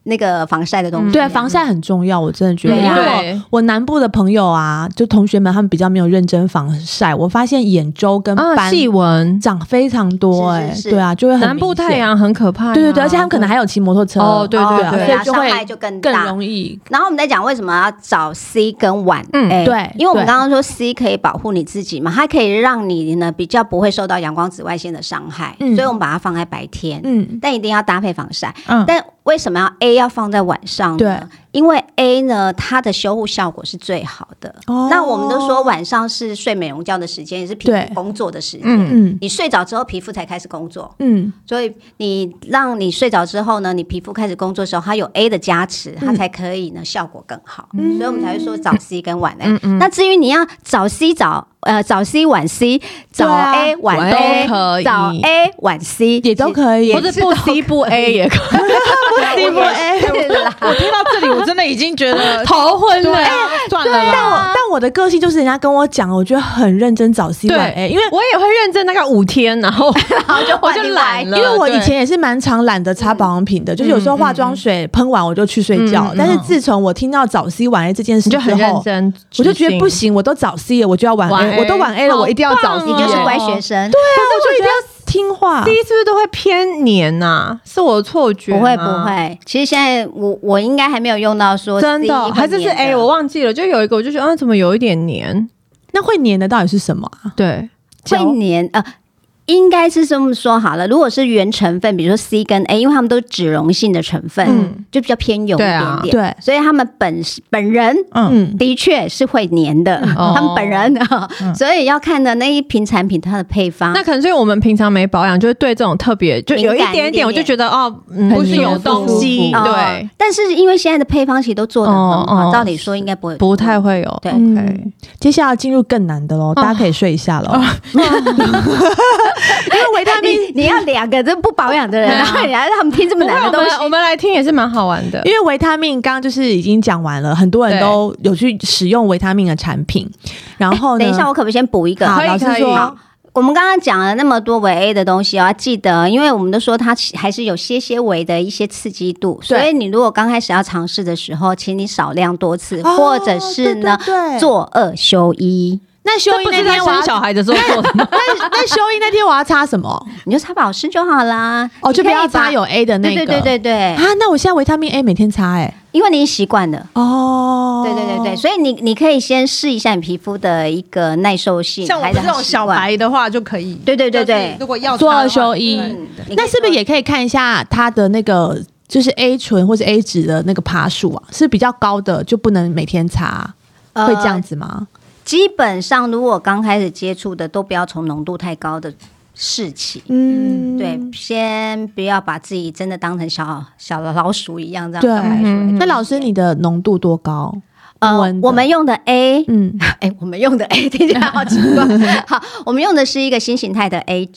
Speaker 3: 那个啊防晒的东西、
Speaker 1: 嗯对，防晒很重要，我真的觉得。
Speaker 3: 对呀
Speaker 1: 因为我我南部的朋友啊，就同学们，他们比较没有认真防晒，我发现眼周跟
Speaker 2: 啊，
Speaker 1: 斑
Speaker 2: 细纹，
Speaker 1: 长非常多，
Speaker 3: 是是
Speaker 1: 哎，
Speaker 3: 是
Speaker 1: 对啊，就会很
Speaker 2: 南部
Speaker 1: 明显
Speaker 2: 太。阳很可怕呀。
Speaker 1: 对对对，而且他们可能还有骑摩托车
Speaker 2: 啊哦对
Speaker 3: 哦
Speaker 2: 对
Speaker 1: 对
Speaker 2: 对
Speaker 1: 所以
Speaker 3: 啊，
Speaker 1: 就
Speaker 3: 伤
Speaker 1: 会
Speaker 3: 害就更
Speaker 1: 更
Speaker 3: 大。
Speaker 1: 容易
Speaker 3: 然后我们在讲为什么要找 C 跟晚 A，、
Speaker 2: 嗯
Speaker 1: 对
Speaker 3: 因为我们
Speaker 1: 对
Speaker 3: 刚刚说 C 可以保护你自己嘛，它可以让你呢比较不会受到阳光紫外线的伤害，
Speaker 1: 嗯
Speaker 3: 所以我们把它放在白天，
Speaker 1: 嗯，
Speaker 3: 但一定要搭配防晒。
Speaker 4: 嗯
Speaker 3: 但为什么要 A 要放在晚上呢？因为 A 呢，它的修护效果是最好的。
Speaker 1: 哦
Speaker 3: 那我们都说晚上是睡美容觉的时间，也是皮
Speaker 1: 对
Speaker 3: 肤工作的时间。
Speaker 1: 嗯
Speaker 3: 你睡着之后，皮肤才开始工作，
Speaker 1: 嗯
Speaker 3: 所以你让你睡着之后呢，你皮肤开始工作的时候，它有 A 的加持，
Speaker 1: 嗯
Speaker 3: 它才可以呢、效果更好。所以我们才会说早 C 跟晚 A。那
Speaker 1: 嗯
Speaker 3: 至于你要早 C 早呃早 C 晚 C 早
Speaker 1: 对啊
Speaker 3: A 晚
Speaker 5: 晚
Speaker 3: A
Speaker 5: 都可以
Speaker 3: 早 A 晚 C
Speaker 1: 也都可以
Speaker 5: 或者不 C 不
Speaker 2: 啊
Speaker 5: A 也可以，
Speaker 3: 以， 不 A
Speaker 4: 我听到这里，我真的已经觉得
Speaker 5: 头昏
Speaker 4: 对
Speaker 5: 了。
Speaker 4: 啊，算了
Speaker 1: 但我
Speaker 4: 啦。
Speaker 1: 但我的个性就是人家跟我讲，我觉得很认真早 C 晚 A，因为
Speaker 2: 我也会认证大概五天，然后
Speaker 3: 然后就
Speaker 2: 我
Speaker 3: 换
Speaker 2: 就
Speaker 3: 另外
Speaker 2: 懒
Speaker 3: 一个
Speaker 2: 了，
Speaker 1: 因为我以
Speaker 2: 对
Speaker 1: 前也是蛮常懒得擦保养品的，就是有时候化妆水喷完我就去睡觉。
Speaker 2: 嗯嗯嗯
Speaker 1: 但是自从我听到早 C 晚 A 这件事
Speaker 2: 你
Speaker 1: 之
Speaker 2: 就很认
Speaker 1: 后，
Speaker 2: 真，
Speaker 1: 我就觉得不，行，我都早 C 了，我就要晚
Speaker 2: 晚
Speaker 1: A，
Speaker 2: A
Speaker 1: 我都晚 A 了，
Speaker 2: 好
Speaker 1: 我一定要早 C。
Speaker 2: 棒
Speaker 3: 你
Speaker 2: 哦
Speaker 3: 就是
Speaker 1: 对
Speaker 3: 乖学生。
Speaker 1: 啊，我就一定要听话
Speaker 2: C 是不是都会偏黏呐、是我的错觉吗？
Speaker 3: 不会不会，其实现在我我应该还没有用到说
Speaker 2: 真的
Speaker 3: C
Speaker 2: 还是是
Speaker 3: 会粘
Speaker 2: A，
Speaker 3: 着
Speaker 2: 我忘记了，就有一个我就觉得啊，怎么有一点黏？
Speaker 1: 那会粘的到底是什么啊？
Speaker 2: 对，
Speaker 3: 会粘呃。应该是这么说好了，如果是原成分，比如说 C 跟 A，因为它们都是脂溶性的成分，
Speaker 2: 嗯啊
Speaker 3: 就比较偏油一点点，
Speaker 1: 对，
Speaker 3: 所以它们本本人
Speaker 1: 嗯，
Speaker 3: 的确是会粘的，
Speaker 2: 哦
Speaker 3: 他们本人、
Speaker 2: 嗯
Speaker 3: 所以要看的那一瓶产品它的配方。
Speaker 2: 那可能是因为我们平常没保养，就会对这种特别就有
Speaker 3: 敏感
Speaker 2: 点
Speaker 3: 一点
Speaker 2: 我就觉得哦，嗯，
Speaker 1: 很
Speaker 2: 不是有
Speaker 1: 黏
Speaker 2: 东
Speaker 1: 不舒
Speaker 2: 西，
Speaker 1: 服
Speaker 2: 对
Speaker 3: 哦，但是因为现在的配方其实都做的很好，
Speaker 2: 哦哦
Speaker 3: 照理说应该不会
Speaker 2: 不太会有。
Speaker 3: 对
Speaker 2: OK，
Speaker 1: 接下来进入更难的喽，
Speaker 2: 哦
Speaker 1: 大家可以睡一下喽。
Speaker 3: 因为维他命，你要两个这不保养的人，
Speaker 1: 啊
Speaker 3: 然后你还让他们听这么
Speaker 2: 不会，
Speaker 3: 难
Speaker 2: 哎我
Speaker 3: 的东
Speaker 2: 们
Speaker 3: 西
Speaker 2: 来，我们来听也是蛮好玩的
Speaker 1: 因。为维他命刚刚就是已经讲完了，很多人
Speaker 2: 对
Speaker 1: 都有去使用维他命的产品。然后呢，
Speaker 3: 哎等一下，我可不可以先补一个？
Speaker 1: 啊好
Speaker 2: 可以
Speaker 1: 老师
Speaker 2: 可以
Speaker 1: 说
Speaker 2: 好，
Speaker 3: 我们刚刚讲了那么多维 A 的东西哦，要记得，因为我们都说它其还是有些些维的一些刺激度，所以你如果刚开始要尝试的时候，请你少量多次，
Speaker 1: 哦
Speaker 3: 或者是呢
Speaker 1: 对对对
Speaker 3: 做二休一，
Speaker 1: 那修
Speaker 2: 这
Speaker 1: 一
Speaker 2: 不
Speaker 1: 那
Speaker 2: 是在
Speaker 1: 天我要
Speaker 2: 生小孩 的时候做的吗？
Speaker 1: 那 那修一那天我要擦什么？
Speaker 3: 你就擦保湿就好啦。
Speaker 1: 哦，就不
Speaker 3: 你可以
Speaker 1: 要
Speaker 3: 把
Speaker 1: 擦有 A 的那个。
Speaker 3: 对对对对对，
Speaker 1: 啊，那我现在维他命 A 每天擦哎、
Speaker 3: 因为你已经习惯了。
Speaker 1: 哦，
Speaker 3: 对对对对，所以你你可以先试一下你皮肤的一个耐受性，
Speaker 4: 像我
Speaker 3: 还
Speaker 4: 们
Speaker 3: 是
Speaker 4: 这
Speaker 3: 很
Speaker 4: 种
Speaker 3: 习
Speaker 4: 小
Speaker 3: 惯，
Speaker 4: 白的话就可以，
Speaker 3: 对对对
Speaker 4: 就是
Speaker 3: 对，
Speaker 4: 如果要
Speaker 1: 做
Speaker 4: 擦的
Speaker 1: 二
Speaker 4: 话
Speaker 1: 休一
Speaker 4: 对
Speaker 3: 嗯，你可
Speaker 1: 那
Speaker 3: 以
Speaker 1: 是不是也可以看一下它的那个就是 A 醇或是 A 值的那个趴数啊？是比较高的就不能每天擦，
Speaker 3: 呃
Speaker 1: 会这样子吗？
Speaker 3: 基本上，如果刚开始接触的，都不要从浓度太高的试起。
Speaker 1: 嗯，
Speaker 3: 对，先不要把自己真的当成小小的老鼠一样这样
Speaker 1: 对
Speaker 3: 上来说。
Speaker 2: 嗯
Speaker 1: 那老师你的浓度多高？
Speaker 3: 呃
Speaker 1: 温，的
Speaker 3: 我们用的 A，
Speaker 1: 嗯，
Speaker 3: 哎、我们用的 A 听起来好奇 怪。好，我们用的是一个新形态的 A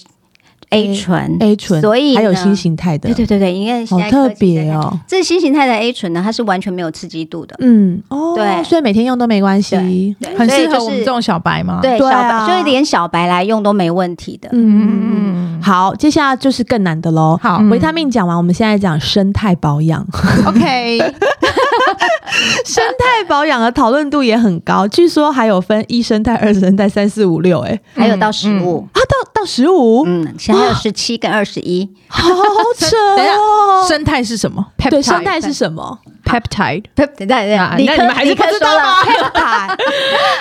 Speaker 3: A 醇
Speaker 1: A 醇，
Speaker 3: 所以呢
Speaker 1: 还有新形态的，
Speaker 3: 对对对对，因为现
Speaker 1: 好
Speaker 3: 在
Speaker 1: 特
Speaker 3: 科技
Speaker 1: 别
Speaker 3: 在看。
Speaker 1: 哦。
Speaker 3: 这新形态的 A 醇呢，它是完全没有刺激度的。
Speaker 1: 嗯，哦，
Speaker 3: 对
Speaker 1: 所以每天用都没关系
Speaker 3: 对。对
Speaker 4: 很
Speaker 3: 所以
Speaker 4: 适合
Speaker 3: 就
Speaker 4: 我们
Speaker 3: 是
Speaker 4: 这种小白嘛。
Speaker 3: 对
Speaker 1: 对
Speaker 3: 小
Speaker 1: 啊
Speaker 3: 白，所以连小白来用都没问题的。
Speaker 1: 嗯，好，接下来就是更难的喽。
Speaker 4: 好
Speaker 3: 嗯
Speaker 1: 维他命讲完，我们现在讲生态保 养。
Speaker 4: ，OK，
Speaker 1: 生态保养的讨论度也很高，据说还有分一生态、二生态、三四五六，哎，
Speaker 3: 还有到食物，
Speaker 1: 啊，到到十五，
Speaker 3: 嗯，现在还有十七跟二十一，
Speaker 1: 好 扯
Speaker 4: 等一下
Speaker 1: 哦。
Speaker 4: 生态是什么？
Speaker 1: 对，生态是什么？
Speaker 2: peptide，
Speaker 3: 对对对
Speaker 2: 啊，
Speaker 3: 理
Speaker 2: 那
Speaker 3: 科
Speaker 2: 你们还是
Speaker 3: 理科
Speaker 2: 不知
Speaker 3: 说
Speaker 2: 道
Speaker 3: 了
Speaker 2: 吗？
Speaker 1: 态，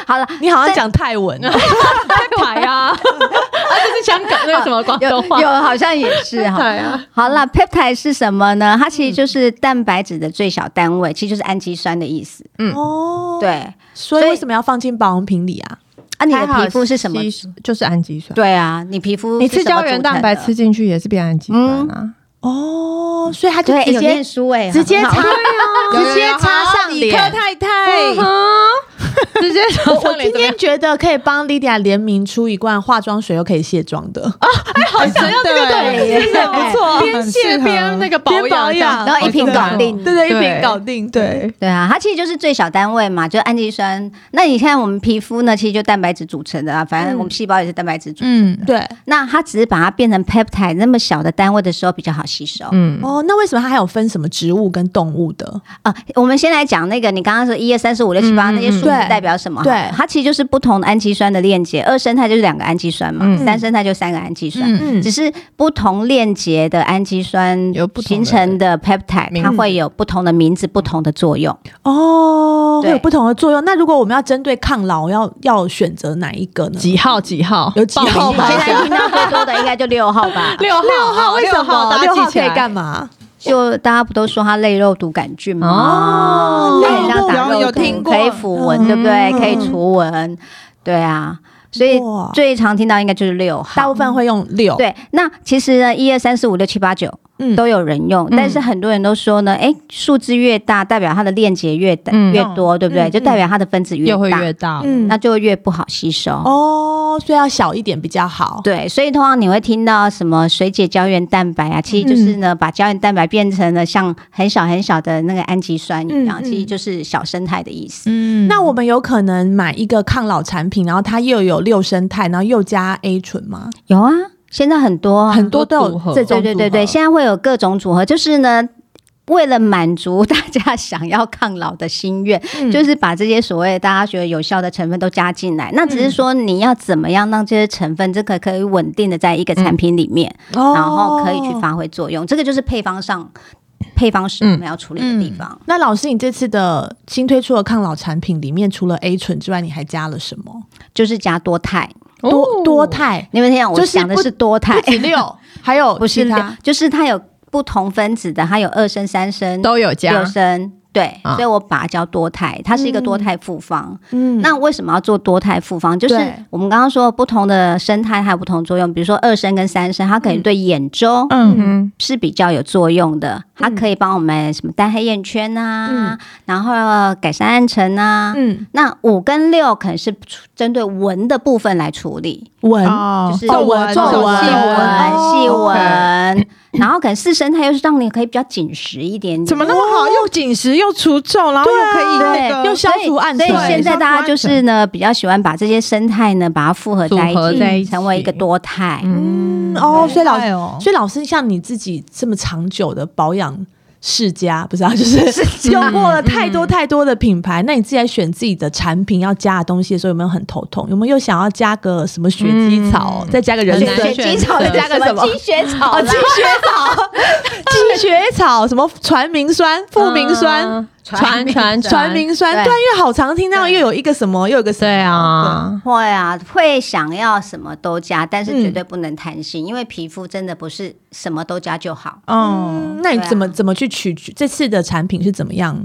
Speaker 3: 好了，
Speaker 1: 你好像讲泰文，
Speaker 2: peptide 啊，啊，这是香港那个什么广
Speaker 3: 有
Speaker 2: 东话
Speaker 3: 有好像也是哈。
Speaker 2: 对啊，
Speaker 3: 好了，peptide 是什么呢？它其实就是蛋白质的最小单位，其实就是氨基酸的意思。
Speaker 1: 哦，，
Speaker 3: 对
Speaker 1: 所以
Speaker 3: 所以
Speaker 1: 为什么要放进保养品里啊？
Speaker 3: 啊，你的皮肤是什么？
Speaker 2: 吸就是氨基酸。
Speaker 3: 对啊，你皮肤
Speaker 2: 你
Speaker 3: 是
Speaker 2: 吃
Speaker 3: 什么
Speaker 2: 胶原蛋白
Speaker 3: 组成
Speaker 2: 吃进去也是变氨基酸啊，
Speaker 1: 哦，所以它就
Speaker 3: 的对，
Speaker 1: 直
Speaker 3: 有念
Speaker 1: 接
Speaker 3: 书哎，
Speaker 1: 直接
Speaker 3: 很
Speaker 1: 擦
Speaker 3: 好，
Speaker 1: 直接擦上
Speaker 4: 理科
Speaker 1: 脸。
Speaker 4: 太
Speaker 3: 嗯
Speaker 4: 太，
Speaker 2: 啊，直接
Speaker 1: 我
Speaker 2: 上
Speaker 1: 我今
Speaker 2: 脸怎么样
Speaker 1: 天觉得可以帮 Lydia 联名出一罐化妆水又可以卸妆的，
Speaker 4: 好想要这个
Speaker 3: 对耶
Speaker 4: 不错，哦边
Speaker 2: 谢边那个保
Speaker 1: 边保
Speaker 2: 养这样
Speaker 1: 养
Speaker 2: 子，
Speaker 3: 然后一瓶搞定。
Speaker 1: 对对，一瓶
Speaker 2: 对
Speaker 1: 搞定，对。
Speaker 3: 对啊，它其实就是最小单位嘛，就是氨基酸。那你看我们皮肤呢，其实就蛋白质组成的啊，反
Speaker 2: 嗯
Speaker 3: 正我们细胞也是蛋白质组。
Speaker 4: 嗯，
Speaker 1: 对，
Speaker 3: 那它只是把它变成 peptide 那么小的单位的时候比较好吸收。
Speaker 2: 嗯，
Speaker 1: 哦，那为什么它还有分什么植物跟动物的？
Speaker 3: 啊，我们先来讲那个，你刚刚说一二三四五六七八
Speaker 2: 嗯
Speaker 3: 那些数字
Speaker 1: 对
Speaker 3: 代表什么？
Speaker 1: 对
Speaker 3: 它其实就是不同的氨基酸的链接，二生态就是两个氨基酸嘛，
Speaker 2: 嗯
Speaker 3: 三生态就三个氨基酸。
Speaker 1: 嗯
Speaker 3: 只是不同链接的氨基酸
Speaker 2: 有不同的
Speaker 3: 形成的 peptide，
Speaker 2: 名
Speaker 3: 它
Speaker 2: 字
Speaker 3: 会有不同的名字、不同的作用。
Speaker 1: 哦，会有
Speaker 3: 对
Speaker 1: 不同的作用。那如果我们要针对抗老，要要选择哪一个呢？
Speaker 2: 几号几号
Speaker 1: 有几号
Speaker 3: 你现在听到最多的应该就六号吧
Speaker 2: ？六号，
Speaker 1: 哦六号为什
Speaker 2: 六
Speaker 1: 么？
Speaker 2: 大
Speaker 1: 六
Speaker 2: 家
Speaker 1: 号
Speaker 2: 记起
Speaker 1: 可以
Speaker 2: 来
Speaker 1: 干嘛？
Speaker 3: 就大家不都说它类肉毒杆菌吗？
Speaker 2: 哦
Speaker 3: 它很像打
Speaker 4: 有
Speaker 3: 肉
Speaker 4: 有
Speaker 3: 毒
Speaker 4: 听过
Speaker 3: 可以抚纹，对不对？可以除纹，对啊。所以
Speaker 1: 哇
Speaker 3: 最常听到应该就是六
Speaker 1: 大
Speaker 3: 号
Speaker 1: 部。分会用六，，
Speaker 3: 对，那其实呢，一二三四五六七八九
Speaker 1: 嗯
Speaker 3: 都有人用，但是很多人都说呢，哎，数字越大，代表它的链接越大
Speaker 2: 嗯
Speaker 3: 越多，对不对？
Speaker 1: 嗯
Speaker 3: 就代表它的分子越
Speaker 2: 又会
Speaker 3: 大，
Speaker 2: 越大，
Speaker 1: 嗯
Speaker 3: 那就会越不好吸收。
Speaker 1: 哦，所以要小一点比较好。
Speaker 3: 对，所以通常你会听到什么水解胶原蛋白啊，
Speaker 1: 嗯
Speaker 3: 其实就是呢，把胶原蛋白变成了像很小很小的那个氨基酸一样，
Speaker 1: 嗯嗯
Speaker 3: 其实就是小生态的意思。
Speaker 4: 嗯
Speaker 1: 那我们有可能买一个抗老产品，然后它又有六生态，然后又加 A 醇吗？
Speaker 3: 有啊，现在很多啊
Speaker 1: 很多都
Speaker 2: 组
Speaker 1: 有
Speaker 2: 合
Speaker 1: 这种
Speaker 3: 对对对
Speaker 1: 组合
Speaker 3: 对，现在会有各种组合，就是呢。 为了满足大家想要抗老的心愿，
Speaker 1: 嗯
Speaker 3: 就是把这些所谓大家觉得有效的成分都加进来。那只
Speaker 1: 嗯
Speaker 3: 是说你要怎么样让这些成分，这个可以稳定的在一
Speaker 1: 嗯
Speaker 3: 个产品里面，然后可以去
Speaker 1: 哦。
Speaker 3: 发挥作用。这个就是配方上配方
Speaker 1: 嗯
Speaker 3: 时我们要处理的地方。
Speaker 1: 那老师，你这次的新推出的抗老产品里面，除了 A 醇之外，你还加了什么？
Speaker 3: 就是加多肽。
Speaker 1: 多多肽，
Speaker 3: 你们听讲，我
Speaker 1: 就是
Speaker 3: 讲的
Speaker 1: 不
Speaker 3: 是多肽
Speaker 1: 不，止六，还有
Speaker 3: 不是
Speaker 1: 其
Speaker 3: 六
Speaker 1: 他，
Speaker 3: 就是它有不同分子的，它有二升、三升、
Speaker 2: 都有
Speaker 3: 六
Speaker 2: 加，
Speaker 3: 升。对，
Speaker 2: 啊
Speaker 3: 所以我把它叫多肽，它是一个多肽复方。
Speaker 1: 嗯
Speaker 3: 那为什么要做多肽复方？就是
Speaker 1: 对
Speaker 3: 我们刚刚说不同的生态它有不同作用，比如说二升跟三升，它可能对眼周
Speaker 4: 嗯
Speaker 2: 嗯，
Speaker 3: 是比较有作用的，它可以帮我们什么戴黑眼圈啊，然后改善暗沉啊，
Speaker 1: 嗯，
Speaker 3: 那五跟六可能是针对纹的部分来处理，
Speaker 1: 纹
Speaker 4: 哦
Speaker 3: 就是
Speaker 1: 皱纹
Speaker 3: 皱
Speaker 1: 皱纹
Speaker 3: 细纹、
Speaker 1: 哦
Speaker 3: 细纹，然后可能四神它又是让你可以比较紧实一点点。
Speaker 4: 怎么那么好？又紧实又除皱，然后又可以
Speaker 3: 对
Speaker 4: 那个
Speaker 1: 又消除暗
Speaker 3: 所
Speaker 1: 沉
Speaker 3: 以现在大家就
Speaker 4: 对
Speaker 3: 是呢，比较喜欢把这些生态呢，把它复合在
Speaker 2: 组合在
Speaker 3: 一起，
Speaker 2: 一起
Speaker 3: 成为一个多态。
Speaker 1: 嗯哦，所以老
Speaker 4: 厉害哦
Speaker 1: 所以老师像你自己这么长久的保养世家，不是啊， 就是用过了太
Speaker 3: 嗯
Speaker 1: 多太多的品牌，那你自己在选自己的产品要加的东西的时候，有没有很头痛？有没有又想要加个什么雪肌草，再加个人
Speaker 4: 很
Speaker 1: 参
Speaker 4: 难？
Speaker 3: 嗯雪肌草加个什么？积雪草
Speaker 1: 哦，积
Speaker 3: 啦，
Speaker 1: 雪草，积雪草，什么传明酸、复明酸、
Speaker 2: 嗯传传
Speaker 1: 传明酸，
Speaker 3: 对
Speaker 1: 对，啊因为好常听到又有一个什么，又有一个什么
Speaker 2: 对，啊，
Speaker 3: 会啊，会想要什么都加，但是
Speaker 1: 嗯
Speaker 3: 绝对不能贪心，因为皮肤真的不是什么都加就好。
Speaker 4: 嗯，
Speaker 1: 嗯那你
Speaker 3: 对啊
Speaker 1: 怎么怎么去取决这次的产品是怎么样？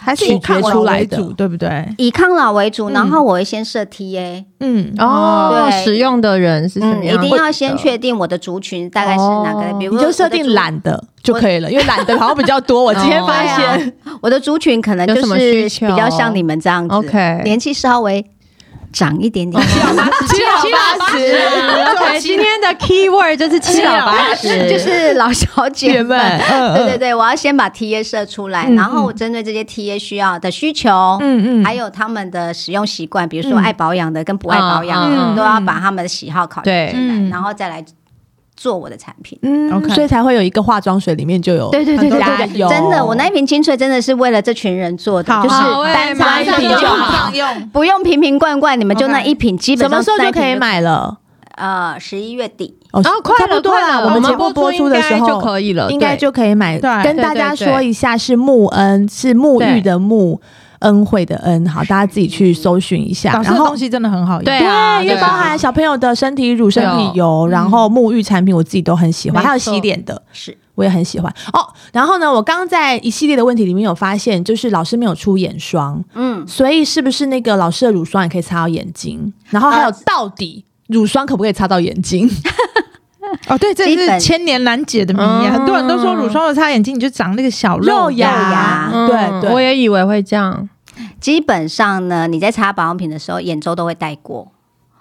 Speaker 4: 还是
Speaker 1: 取
Speaker 4: 以抗
Speaker 1: 决
Speaker 4: 老
Speaker 1: 出来
Speaker 4: 为
Speaker 1: 的
Speaker 4: 主，对不对？
Speaker 3: 以抗老为主，然后我会先设 TA，、
Speaker 1: 嗯，
Speaker 2: 哦，
Speaker 3: 对
Speaker 2: 使用的人是什么
Speaker 3: 嗯，一
Speaker 2: 样？
Speaker 3: 定要先确定我的族群大概是哪个，
Speaker 2: 哦
Speaker 3: 比如
Speaker 1: 你
Speaker 3: 我的
Speaker 1: 就设定懒的就可以了，因为懒的好像比较多。我今
Speaker 3: 哦
Speaker 1: 天发现，
Speaker 3: 族，啊我的族群可能就
Speaker 2: 有什么
Speaker 3: 是
Speaker 2: 需求
Speaker 3: 比较像你们这样子
Speaker 2: OK 哦
Speaker 3: 年纪稍微长一点点，
Speaker 1: 七老八十，
Speaker 2: 对，今天的 keyword 就是啊七老八十，
Speaker 3: 就是老小姐
Speaker 1: 姐妹，
Speaker 3: 们。
Speaker 1: 嗯
Speaker 3: 对对对，我要先把 TA 设出来，然后我针对这些 TA 需要的需求，
Speaker 1: 嗯嗯，
Speaker 3: 还有他们的使用习惯，比如说爱保养的跟不爱保养
Speaker 2: 嗯
Speaker 3: 的，
Speaker 2: 嗯
Speaker 3: 都要把他们的喜好考虑进
Speaker 2: 对
Speaker 3: 来，然后再来做我的产品。
Speaker 1: 嗯，
Speaker 4: OK
Speaker 1: 所以才会有一个化妆水里面就有
Speaker 3: 对对对对
Speaker 1: 加
Speaker 3: 对
Speaker 1: 油，
Speaker 3: 对，真的，我那一瓶清粹真的是为了这群人做的，
Speaker 4: 好
Speaker 3: 就是
Speaker 2: 好欸
Speaker 3: 单
Speaker 2: 马
Speaker 3: 擦
Speaker 2: 上
Speaker 3: 一瓶
Speaker 2: 就
Speaker 3: 就
Speaker 2: 好
Speaker 3: 好，
Speaker 4: 用。
Speaker 3: 不用瓶瓶罐罐，你们就那一瓶，基
Speaker 1: 什
Speaker 3: 本
Speaker 1: 么
Speaker 3: 上
Speaker 1: 时候
Speaker 3: 那一
Speaker 1: 就
Speaker 3: 瓶
Speaker 1: 可以？买了？
Speaker 3: 呃，十一月底，
Speaker 1: 哦
Speaker 2: 哦，快
Speaker 1: 差不
Speaker 2: 了，
Speaker 1: 多
Speaker 2: 快了，
Speaker 1: 我
Speaker 2: 我
Speaker 1: 们
Speaker 2: 们
Speaker 1: 节目播出的时
Speaker 2: 应该
Speaker 1: 候
Speaker 2: 就可以了，
Speaker 1: 应该
Speaker 2: 对
Speaker 1: 就可以买。
Speaker 4: 对
Speaker 1: 跟大家说一下，是穆恩，是沐浴的沐，恩惠的恩。好，大家自己去搜寻一下。
Speaker 4: 老师
Speaker 1: 然
Speaker 4: 的
Speaker 1: 后
Speaker 4: 东。西真的很好用，
Speaker 2: 对啊，
Speaker 1: 对，因为
Speaker 2: 对
Speaker 1: 包
Speaker 2: 啊
Speaker 1: 含小朋友的身体乳、身体
Speaker 2: 对
Speaker 1: 油，然后沐浴产品，我自己都很喜欢，
Speaker 4: 没错
Speaker 1: 还有洗脸的，
Speaker 3: 是
Speaker 1: 我也很喜欢哦。然后呢，我刚刚在一系列的问题里面有发现，就是老师没有出眼霜，
Speaker 3: 嗯，
Speaker 1: 所以是不是那个老师的乳霜也可以擦到眼睛？然后还有
Speaker 3: 呃
Speaker 1: 到底乳霜可不可以擦到眼睛？
Speaker 4: 哦，对，这
Speaker 3: 基
Speaker 4: 是
Speaker 3: 本
Speaker 4: 千年难解的谜啊！
Speaker 2: 嗯
Speaker 4: 很多人都说乳霜有擦眼睛，你就长那个小肉啊
Speaker 1: 芽，
Speaker 3: 芽
Speaker 2: 嗯
Speaker 1: 啊对对，
Speaker 2: 我也以为会这样，
Speaker 3: 基本上呢，你在擦保养品的时候，眼周都会带过，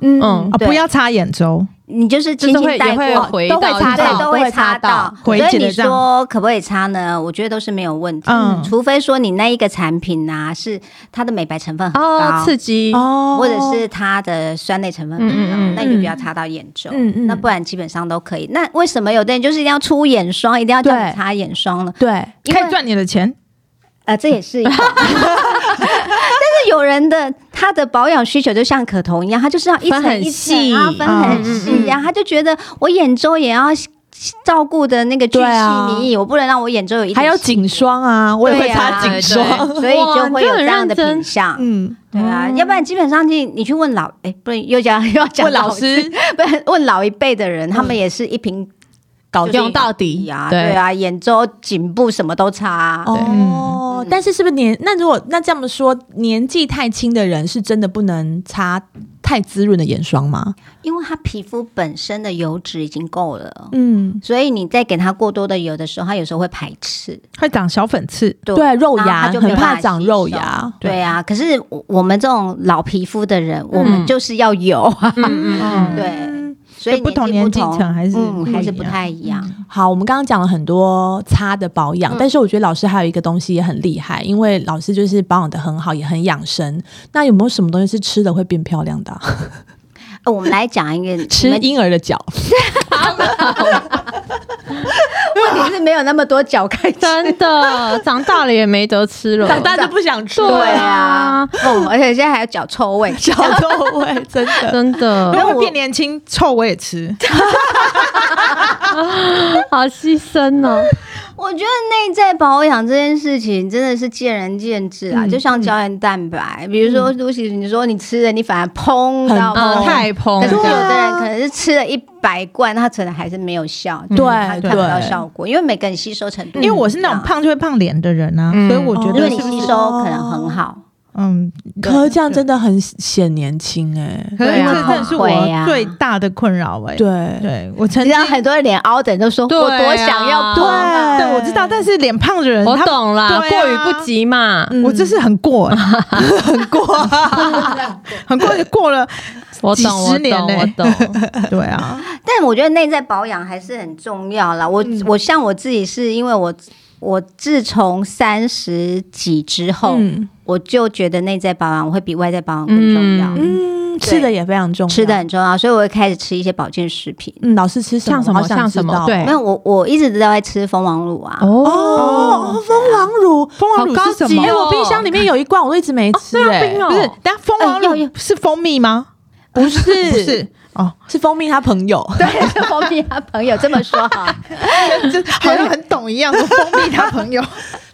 Speaker 1: 嗯
Speaker 2: 嗯
Speaker 4: 啊，
Speaker 3: 对
Speaker 4: 不要擦眼周，
Speaker 3: 你就是
Speaker 2: 就
Speaker 3: 轻
Speaker 2: 是
Speaker 3: 轻
Speaker 2: 会
Speaker 3: 带
Speaker 2: 也会
Speaker 3: 过。
Speaker 2: 回
Speaker 1: 都会
Speaker 2: 到
Speaker 1: 擦
Speaker 2: 这
Speaker 1: 到
Speaker 3: 对，
Speaker 2: 种
Speaker 3: 都
Speaker 1: 都会
Speaker 3: 会
Speaker 1: 擦
Speaker 3: 擦
Speaker 1: 到
Speaker 3: 到，所
Speaker 4: 回解
Speaker 3: 以
Speaker 4: 的
Speaker 3: 你
Speaker 4: 这样
Speaker 3: 说可不可以擦呢？我觉得都是没有问题，
Speaker 4: 嗯
Speaker 3: 除非说你那一个产品呐、是它的美白成分很
Speaker 2: 哦
Speaker 3: 高，
Speaker 2: 刺激，
Speaker 1: 哦
Speaker 3: 或者是它的酸类成分很高，
Speaker 2: 嗯嗯嗯
Speaker 3: 那你就不要擦到眼周。
Speaker 1: 嗯嗯
Speaker 3: 那不然基本上都可以。那为什么有的人就是一定要出眼霜，一定要叫
Speaker 1: 对
Speaker 3: 你擦眼霜呢？
Speaker 1: 对，
Speaker 3: 因
Speaker 4: 可以
Speaker 3: 为
Speaker 4: 赚你的钱，
Speaker 3: 呃，这也是一个。但是有人的他的保养需求就像可彤一样，他就是要一
Speaker 2: 分很
Speaker 3: 层一层
Speaker 2: 细
Speaker 3: 啊，分很细，然后他就觉得我眼周也要照顾的那个巨
Speaker 1: 对
Speaker 3: 细
Speaker 1: 啊
Speaker 3: 靡遗，我不能让我眼周有一
Speaker 1: 还有
Speaker 3: 点细
Speaker 1: 颈霜啊，我也会
Speaker 3: 对啊
Speaker 1: 擦颈霜。
Speaker 3: 所以就会有这样的
Speaker 2: 哇你真的很认
Speaker 3: 品
Speaker 2: 真
Speaker 3: 相。
Speaker 1: 嗯，
Speaker 3: 对啊，要不然基本上你你去问老哎，不然又讲又要讲
Speaker 1: 问老
Speaker 3: 师，
Speaker 1: 师
Speaker 3: 不然问老一辈的人，他们也是一瓶
Speaker 1: 到
Speaker 3: 就是
Speaker 1: 底
Speaker 5: 用到底
Speaker 3: 呀，
Speaker 5: 对
Speaker 3: 对啊，眼周、颈部什么都差啊。
Speaker 1: 哦，但是是不是年？那如果那这么说，年纪太轻的人是真的不能擦太滋润的眼霜吗？
Speaker 3: 因为它皮肤本身的油脂已经够了，
Speaker 1: 嗯，
Speaker 3: 所以你再给它过多的油的时候，它有时候会排斥。
Speaker 4: 会长小粉刺，
Speaker 3: 对
Speaker 1: 对，肉
Speaker 3: 然后它
Speaker 1: 芽
Speaker 3: 就没
Speaker 1: 很
Speaker 3: 有办
Speaker 1: 怕
Speaker 3: 法
Speaker 1: 长
Speaker 3: 吸
Speaker 1: 肉
Speaker 3: 收
Speaker 1: 芽，
Speaker 3: 对啊，可是我我们这种老皮肤的人，我们就是要油啊，
Speaker 2: 嗯嗯嗯，
Speaker 3: 对，所以
Speaker 4: 不同年纪层还是
Speaker 3: 嗯
Speaker 4: 不
Speaker 3: 还是
Speaker 4: 一
Speaker 3: 不
Speaker 4: 样
Speaker 3: 太一样。
Speaker 1: 好，我们刚刚讲了很多擦的保养，
Speaker 3: 嗯
Speaker 1: 但是我觉得老师还有一个东西也很厉害，因为老师就是保养的很好，也很养生。那有没有什么东西是吃的会变漂亮的啊、
Speaker 3: 呃我们来讲一个，你
Speaker 1: 吃
Speaker 3: 们
Speaker 1: 婴儿的脚，
Speaker 3: 问题是没有那么多脚可以吃，
Speaker 2: 真的，长大了也没得吃了，
Speaker 1: 长大就不想吃
Speaker 2: 对
Speaker 3: 对
Speaker 1: 了，
Speaker 3: 啊，嗯，而且现在还有脚臭味，
Speaker 1: 脚都会真 的。
Speaker 2: 真的
Speaker 4: 然后会变年轻，臭我也吃。
Speaker 2: 好牺牲哦。
Speaker 3: 我觉得内在保养这件事情真的是见仁见智
Speaker 4: 嗯
Speaker 3: 啊，就像胶原蛋白，比如说露西，你说你吃了，你反而砰到
Speaker 1: 很
Speaker 4: 呃
Speaker 2: 嗯，
Speaker 1: 哦
Speaker 3: 砰，
Speaker 2: 太
Speaker 3: 可
Speaker 2: 蓬
Speaker 3: 是有
Speaker 2: 了，
Speaker 3: 的人可能是吃了一百罐，他可能还是没有效，就是
Speaker 1: 对
Speaker 3: 他看不到
Speaker 1: 对
Speaker 3: 效果，因为每个人吸收程度不
Speaker 4: 因
Speaker 3: 一样，
Speaker 4: 为我是那种胖就会胖脸的人啊，
Speaker 2: 嗯
Speaker 4: 所以我觉
Speaker 3: 因
Speaker 4: 得
Speaker 3: 为
Speaker 4: 是
Speaker 3: 你
Speaker 4: 不
Speaker 3: 吸
Speaker 4: 是
Speaker 3: 收可能很好，
Speaker 4: 嗯，
Speaker 1: 可是这样真的很显年轻哎、
Speaker 4: 可能
Speaker 3: 对啊
Speaker 4: 这真的是
Speaker 3: 后悔啊
Speaker 4: 我最大的困扰哎。
Speaker 1: 对
Speaker 4: 对，我曾
Speaker 3: 你
Speaker 4: 经
Speaker 3: 知道很多人脸凹的人都说我
Speaker 2: 对啊
Speaker 3: 多想要
Speaker 1: 对
Speaker 3: 砰啊，
Speaker 1: 哎
Speaker 4: 对我知道，但是脸胖的人，
Speaker 2: 我
Speaker 4: 他
Speaker 2: 懂啦，
Speaker 4: 对啊
Speaker 2: 过于不及嘛，
Speaker 4: 我这是很过欸，很过，很过，过了
Speaker 2: 我
Speaker 4: 几
Speaker 2: 懂，
Speaker 4: 十
Speaker 2: 我
Speaker 4: 年
Speaker 2: 懂，我
Speaker 4: 欸
Speaker 2: 懂，
Speaker 4: 对啊，
Speaker 3: 但我觉得内在保养还是很重要啦。我、
Speaker 2: 嗯
Speaker 3: 我像我自己是因为我我自从三十几之后，
Speaker 1: 嗯
Speaker 3: 我就觉得内在保养会比外在保养更重要，
Speaker 2: 嗯
Speaker 1: 嗯，吃的也非常重要，
Speaker 3: 吃的很重要，所以我会开始吃一些保健食品。
Speaker 1: 嗯，老师吃什么？
Speaker 2: 像什
Speaker 1: 我
Speaker 2: 么
Speaker 1: 好想
Speaker 2: 像
Speaker 1: 知
Speaker 2: 什么
Speaker 1: 道，
Speaker 2: 对
Speaker 3: 没有，我我一直都在吃蜂王乳啊。
Speaker 1: 哦，蜂王乳。
Speaker 4: 蜂王乳是什
Speaker 1: 哎、
Speaker 4: 么
Speaker 2: 好高级？哦
Speaker 1: 我冰箱里面有一罐，我都一直没吃、
Speaker 2: 对啊
Speaker 1: 哎
Speaker 2: 冰哦
Speaker 4: 不是，但蜂王
Speaker 3: 哎要
Speaker 4: 乳
Speaker 3: 要
Speaker 4: 是蜂蜜吗？
Speaker 1: 不是，
Speaker 4: 不是哦，
Speaker 1: 是蜂蜜他朋友，
Speaker 3: 对，是 蜂蜜他朋友 这么说 哈，
Speaker 4: 就好像很懂一样，说蜂蜜他朋友，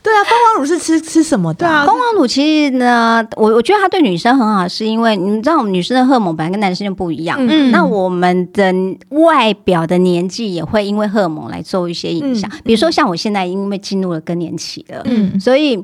Speaker 1: 对啊，蜂王乳是吃吃什么的
Speaker 4: 对
Speaker 1: 啊、
Speaker 4: 啊，
Speaker 3: 蜂王乳其实呢，我我觉得它对女生很好，是因为你知道我们女生的荷尔蒙本来跟男生就不一样，
Speaker 4: 嗯
Speaker 3: 那我们的外表的年纪也会因为荷尔蒙来做一些影
Speaker 1: 嗯
Speaker 3: 响，比如说像我现在因为进入了更年期了，
Speaker 4: 嗯，
Speaker 3: 所以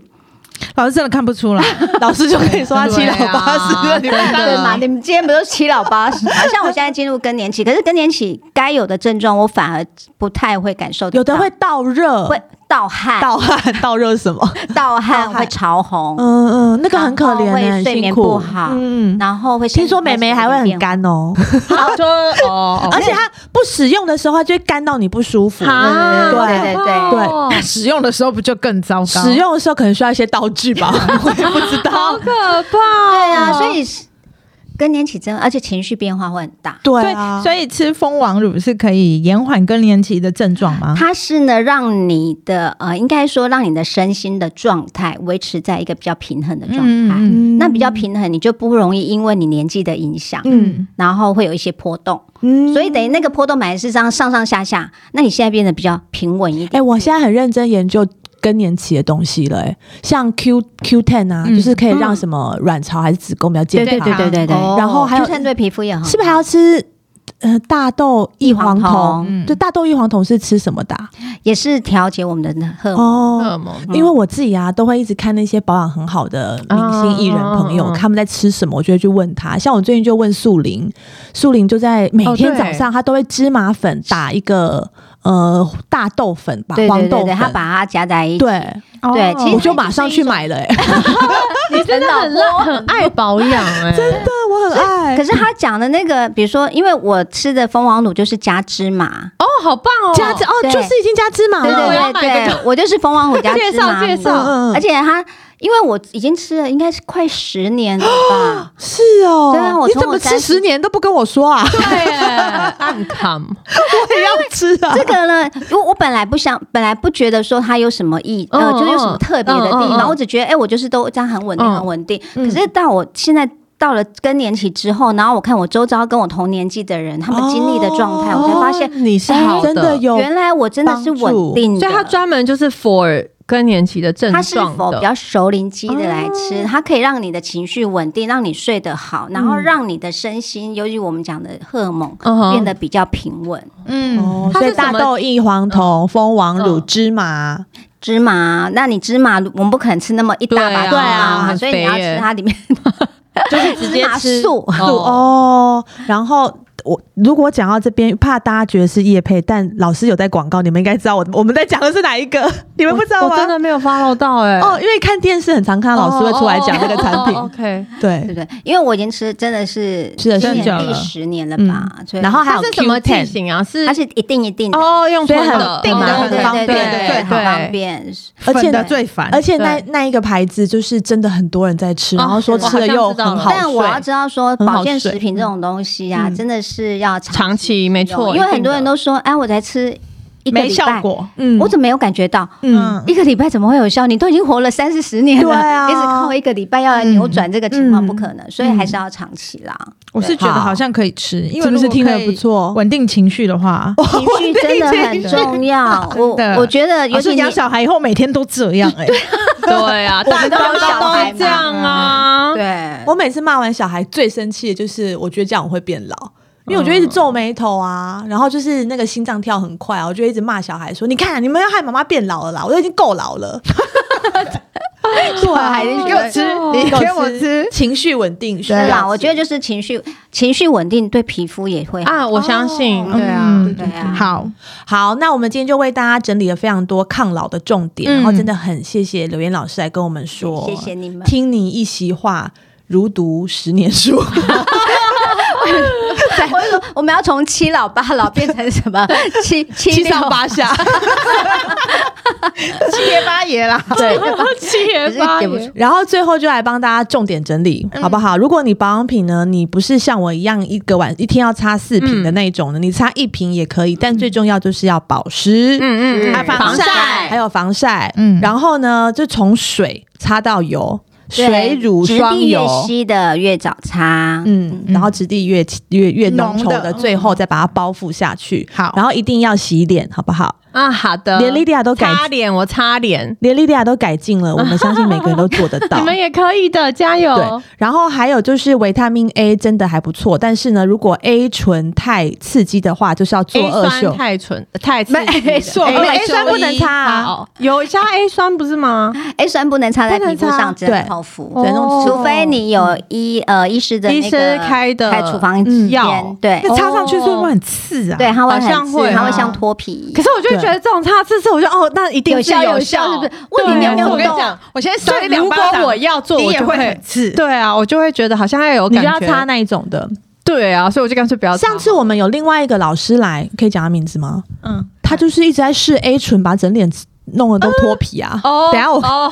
Speaker 4: 老师真的看不出来，
Speaker 1: 老师就可以说他七老八十了，你
Speaker 2: 对
Speaker 1: 们
Speaker 2: 啊
Speaker 3: 对嘛，
Speaker 2: 真的
Speaker 3: 你们今天不都七老八 十吗？像我现在进入更年期，可是更年期该有的症状我反而不太会感受得到，
Speaker 1: 有的会倒热，
Speaker 3: 会盗汗、
Speaker 1: 盗汗，倒热什么？
Speaker 3: 盗汗会潮红，
Speaker 1: 嗯嗯，那个很可怜、
Speaker 3: 然后
Speaker 1: 欸，
Speaker 3: 会
Speaker 1: 很
Speaker 3: 睡
Speaker 1: 辛
Speaker 3: 眠
Speaker 1: 苦。
Speaker 3: 不好，
Speaker 1: 嗯，
Speaker 3: 然后会身体
Speaker 1: 听说美眉还会很干哦，
Speaker 2: 好说哦，
Speaker 1: 而且她不使用的时候，她就会干到你不舒服。
Speaker 2: 好，
Speaker 1: 对
Speaker 3: 对对
Speaker 1: 对
Speaker 4: 那使用的时候不就更糟糕？
Speaker 1: 使用的时候可能需要一些道具 吧，我也不知
Speaker 2: 好
Speaker 1: 道。
Speaker 2: 可怕，
Speaker 3: 对
Speaker 1: 嗯
Speaker 3: 啊，所以是更年期真的，而且情绪变化会很大。
Speaker 1: 对
Speaker 4: 对
Speaker 1: 啊，，
Speaker 4: 所以吃蜂王乳是可以延缓更年期的症状
Speaker 1: 啊
Speaker 4: 吗？
Speaker 3: 它是呢，让你的呃，应该说让你的身心的状态维持在一个比较平衡的状态。
Speaker 4: 嗯
Speaker 1: 嗯
Speaker 3: 那比较平衡，你就不容易因为你年纪的影响，
Speaker 1: 嗯
Speaker 3: 然后会有一些波动。
Speaker 1: 嗯
Speaker 3: 所以等于那个波动本来是这样上上下下，那你现在变得比较平稳一
Speaker 1: 哎、
Speaker 3: 点。
Speaker 1: 我现在很认真研究更年期的东西了、哎，像 Q Q ten 啊、
Speaker 4: 嗯
Speaker 1: 就是可以让什么卵巢还是子宫比较健康，
Speaker 4: 对对对
Speaker 1: 对然后还有
Speaker 3: 哦就算对皮肤也很好，
Speaker 1: 是不是还要吃呃大豆异黄
Speaker 3: 异黄
Speaker 1: 酮
Speaker 3: 酮？
Speaker 4: 嗯
Speaker 1: 对，大豆异黄酮是吃什么的啊、
Speaker 3: 也是调节我们的荷尔蒙？
Speaker 2: 荷
Speaker 1: 哦
Speaker 2: 尔。蒙
Speaker 1: 因为我自己啊，都会一直看那些保养很好的明星艺人朋友，
Speaker 2: 嗯嗯嗯嗯
Speaker 1: 他们在吃什么，我就会去问他。像我最近就问素玲，素玲就在每天
Speaker 2: 哦对
Speaker 1: 早上，她都会芝麻粉打一个呃大豆粉吧，
Speaker 3: 对
Speaker 1: 黄
Speaker 3: 对
Speaker 1: 豆
Speaker 3: 对
Speaker 1: 粉，
Speaker 3: 对，它把它夹在一起。
Speaker 1: 对，
Speaker 4: 嗯哦
Speaker 3: 对其实
Speaker 1: 我就马上去买了、哎。
Speaker 2: 你真的很辣很爱保养哎，真的
Speaker 1: 我很爱。
Speaker 3: 可是他讲的那个，比如说，因为我吃的蜂王乳就是加芝麻，
Speaker 2: 哦，好棒哦，
Speaker 1: 加芝哦，
Speaker 3: 对
Speaker 1: 就是已经加芝麻
Speaker 3: 对
Speaker 1: 了。哦
Speaker 2: 我要
Speaker 3: 对
Speaker 2: 买
Speaker 3: 对
Speaker 2: 这
Speaker 3: 对，我就是蜂王乳加芝麻。
Speaker 2: 介绍介绍
Speaker 1: 嗯嗯。
Speaker 3: 而且它，因为我已经吃了，应该是快十年了吧
Speaker 1: 是哦，
Speaker 3: 对啊我
Speaker 1: 你
Speaker 3: 从
Speaker 1: 怎么
Speaker 3: 我
Speaker 1: 吃
Speaker 3: 30
Speaker 1: 十年都不跟我说 啊？
Speaker 2: 对哎，uncom，
Speaker 1: 我也要吃啊！
Speaker 3: 这个呢，因为我本来不想，本来不觉得说它有什么意，呃，
Speaker 2: 嗯
Speaker 3: 就是有什么特别的地
Speaker 2: 嗯嗯嗯
Speaker 3: 方，我只觉得，哎，我就是都这样很稳定，
Speaker 2: 嗯
Speaker 3: 很稳定。可是到我现在到了更年期之后，然后我看我周遭跟我同年纪的人他们经历的状态，我
Speaker 1: 哦
Speaker 3: 才发现，
Speaker 2: 你是好
Speaker 1: 哎真的有
Speaker 3: 原来我真的是稳定
Speaker 1: 嗯
Speaker 3: 的。
Speaker 2: 所以它专门就是 for 更年期的症
Speaker 3: 它是
Speaker 2: 状
Speaker 3: 否比
Speaker 2: 的。
Speaker 3: 较熟龄肌的来吃，它可以让你的情绪稳定，让你睡得好，然后让你的身心，尤其我们讲的荷尔蒙
Speaker 2: 嗯哼
Speaker 3: 变得比较平稳。
Speaker 4: 嗯，
Speaker 1: 哦，
Speaker 2: 它
Speaker 1: 所以
Speaker 2: 是什
Speaker 1: 大
Speaker 2: 么
Speaker 1: 豆异黄酮、蜂王乳、
Speaker 2: 嗯
Speaker 1: 芝麻，
Speaker 3: 芝麻，那你芝麻我们不可能吃那么一大把芝
Speaker 2: 对啊
Speaker 3: 麻嘛，
Speaker 2: 很
Speaker 3: 所以你要
Speaker 2: 肥耶
Speaker 3: 吃它里面就是直
Speaker 1: 接 吃
Speaker 3: 素。
Speaker 1: 素哦。然后我如果讲到这边，怕大家觉得是叶配，但老师有在广告，你们应该知道我我们在讲的是哪一个， 你们不知道
Speaker 2: 我真
Speaker 1: 吗？
Speaker 2: 的没有哦 follow 到哎、
Speaker 1: 哦，因为看电视很常看到老师会出来讲这个产品，
Speaker 2: 哦 OK，
Speaker 3: 对
Speaker 1: 对。
Speaker 3: 不对？因为我已经吃真的是
Speaker 1: 是的
Speaker 3: 今
Speaker 1: 是的
Speaker 3: 年
Speaker 4: 久了
Speaker 3: 第十年了吧，所以
Speaker 1: 然后还
Speaker 2: 它
Speaker 1: 有
Speaker 2: 是什么
Speaker 1: Q10
Speaker 2: 体型啊？是
Speaker 3: 它是一定一定的，
Speaker 2: 哦，用
Speaker 1: 所以
Speaker 2: 吞
Speaker 1: 很
Speaker 2: 的
Speaker 1: 定
Speaker 2: 哦
Speaker 1: 的
Speaker 3: 对
Speaker 1: 很
Speaker 3: 对
Speaker 1: 方
Speaker 3: 对
Speaker 1: 便
Speaker 3: 对
Speaker 2: 对
Speaker 3: 对，好
Speaker 2: 对
Speaker 3: 方便。
Speaker 1: 而且
Speaker 4: 粉的
Speaker 1: 呢，
Speaker 4: 最烦，
Speaker 1: 而且那
Speaker 2: 对
Speaker 1: 那一个牌子就是真的很多人在吃，
Speaker 2: 哦
Speaker 1: 然后说吃了又很好
Speaker 2: 我好像
Speaker 1: 睡。
Speaker 3: 但我要知道说，
Speaker 1: 很好
Speaker 3: 保健食
Speaker 1: 睡
Speaker 3: 品这种东西啊，真的是要长
Speaker 2: 长期没
Speaker 3: 用
Speaker 2: 错，
Speaker 3: 因为
Speaker 2: 一定
Speaker 3: 很多人
Speaker 2: 的
Speaker 3: 都说，哎，我才吃一个
Speaker 4: 没
Speaker 3: 礼
Speaker 4: 效
Speaker 3: 拜，
Speaker 4: 果。
Speaker 1: 嗯
Speaker 3: 我怎么没有感觉到？
Speaker 1: 嗯，
Speaker 3: 一个礼拜怎么会有效？你都已经活了三四十年了，
Speaker 1: 对啊
Speaker 3: 一直靠一个礼拜要来扭转这个情况
Speaker 1: 嗯
Speaker 3: 不可能，所以还是要长期啦。
Speaker 4: 我是觉得
Speaker 1: 好
Speaker 4: 好像可以吃，因为
Speaker 1: 是不是
Speaker 4: 如果
Speaker 1: 听得
Speaker 4: 可以
Speaker 1: 不错
Speaker 4: 稳定情绪的话，
Speaker 3: 情绪哦真的很重要，我
Speaker 4: 真的
Speaker 3: 我觉得，尤
Speaker 4: 而
Speaker 3: 其
Speaker 4: 且
Speaker 3: 你
Speaker 4: 养小孩以后每天都这样哎，
Speaker 2: 对啊，大
Speaker 3: 们都
Speaker 2: 家
Speaker 3: 有小孩嘛
Speaker 2: 都这样啊，
Speaker 3: 对，
Speaker 1: 我每次骂完小孩最生气的就是，我觉得这样我会变老。因为我就一直皱眉头啊，然后就是那个心脏跳很快啊，我就一直骂小孩说：“你看、你们要害妈妈变老了啦，我都已经够老了。
Speaker 3: 小孩子
Speaker 4: 给我吃，
Speaker 2: 哦
Speaker 4: 你给我吃”，
Speaker 1: 情绪稳定
Speaker 3: 是
Speaker 1: 需要
Speaker 3: 啦，
Speaker 1: 吃
Speaker 3: 我觉得就是情绪情绪稳定对皮肤也会好。
Speaker 2: 啊，我相信，
Speaker 1: 哦
Speaker 2: 对啊，
Speaker 4: 嗯
Speaker 3: 对啊
Speaker 4: 好，
Speaker 1: 好，那我们今天就为大家整理了非常多抗老的重点，
Speaker 4: 嗯
Speaker 1: 然后真的很谢谢刘岩老师来跟我们说，
Speaker 3: 谢谢你 们
Speaker 1: 听你一席话。如读十年书，
Speaker 3: 我就说我们要从七老八老变成什么七七
Speaker 1: 七
Speaker 3: 六
Speaker 1: 上八下，
Speaker 4: 七爷八爷啦，
Speaker 1: 对，
Speaker 2: 七
Speaker 3: 可
Speaker 2: 爷
Speaker 3: 是
Speaker 2: 八
Speaker 3: 也不
Speaker 2: 爷
Speaker 3: 错。
Speaker 1: 然后最后就来帮大家重点整理，好不好？如果你保养品呢，你不是像我一样一个晚一天要擦四瓶的那一种呢，你擦一瓶也可以，但最重要就是要保湿，
Speaker 2: 嗯嗯，
Speaker 1: 还有啊防晒，还有防晒，嗯
Speaker 4: 嗯，
Speaker 1: 然后呢，就从水擦到油，水乳
Speaker 3: 质
Speaker 1: 霜
Speaker 3: 地越
Speaker 1: 油。
Speaker 3: 稀的越早擦，
Speaker 1: 嗯，然后质地越越越浓稠
Speaker 4: 浓
Speaker 1: 的，
Speaker 4: 的
Speaker 1: 最后再把它包覆下去。
Speaker 4: 好
Speaker 1: 然后一定要洗脸，好不好？
Speaker 2: 啊，好的，
Speaker 1: 连莉迪亚都改，
Speaker 2: 擦脸，我擦脸，
Speaker 1: 连莉迪亚都改进了，我们相信每个人都做得到
Speaker 2: 你。们也可以的，加油
Speaker 1: 对！，然后还有就是维他命 A 真的还不错，但是呢，如果 A 醇太刺激的话，就是要做
Speaker 2: A
Speaker 1: 二
Speaker 2: 酸
Speaker 1: 袖。
Speaker 2: 太纯太刺激了
Speaker 3: 没错
Speaker 2: 哎
Speaker 1: 没有
Speaker 2: A
Speaker 1: A 酸不能擦啊
Speaker 2: 好有加 A 酸不是吗？
Speaker 3: A 酸不能擦在
Speaker 2: 不能
Speaker 3: 皮肤
Speaker 2: 擦
Speaker 3: 上，只能
Speaker 1: 对
Speaker 3: 口服。
Speaker 1: 只能用
Speaker 2: 哦
Speaker 3: 除非你有医呃医师的那个
Speaker 2: 医师开的
Speaker 3: 开处方
Speaker 2: 嗯药
Speaker 3: 药，对
Speaker 4: 那擦上去是不是很刺啊？
Speaker 3: 对，，它会
Speaker 2: 好像
Speaker 3: 很
Speaker 2: 会
Speaker 3: 刺，它会
Speaker 2: 哦
Speaker 3: 像脱皮
Speaker 2: 可。是我就觉得这种擦刺刺，我就哦，那一定
Speaker 3: 有
Speaker 2: 是
Speaker 3: 效有
Speaker 2: 效，
Speaker 3: 效是不是问题
Speaker 2: 对
Speaker 3: 你有没有
Speaker 2: 我跟你
Speaker 3: 动
Speaker 2: 讲，
Speaker 4: 我先
Speaker 2: 所
Speaker 4: 扇
Speaker 2: 以
Speaker 4: 你
Speaker 2: 如
Speaker 4: 两
Speaker 2: 果
Speaker 4: 巴掌，
Speaker 2: 我要做，
Speaker 4: 你
Speaker 2: 我
Speaker 4: 也
Speaker 2: 就
Speaker 4: 会
Speaker 2: 会
Speaker 4: 很刺。
Speaker 2: 对啊，我就会觉得好像要有
Speaker 1: 你
Speaker 2: 感
Speaker 1: 就
Speaker 2: 哦觉，
Speaker 1: 要擦那一种的。
Speaker 2: 对啊，所以我就干脆不要擦。
Speaker 1: 上次我们有另外一个老师来，可以讲他名字吗？
Speaker 4: 嗯，
Speaker 1: 他就是一直在试 A 醇，把整脸弄得都脱皮啊。
Speaker 2: 哦，
Speaker 1: 等一下我
Speaker 2: 哦，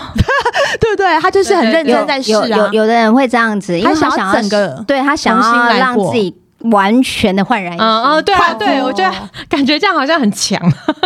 Speaker 1: 对不对？他就是很认
Speaker 3: 有
Speaker 1: 真在试
Speaker 3: 有
Speaker 1: 啊
Speaker 3: 有。有的人会这样子，因为
Speaker 1: 他想要
Speaker 3: 想
Speaker 1: 整个
Speaker 3: 对他想
Speaker 1: 重新
Speaker 3: 要
Speaker 1: 来
Speaker 3: 让
Speaker 1: 过
Speaker 3: 自己完全的焕然一新。
Speaker 2: 嗯哦，对啊，
Speaker 1: 哦
Speaker 2: 对，我觉得感觉这样好像很强，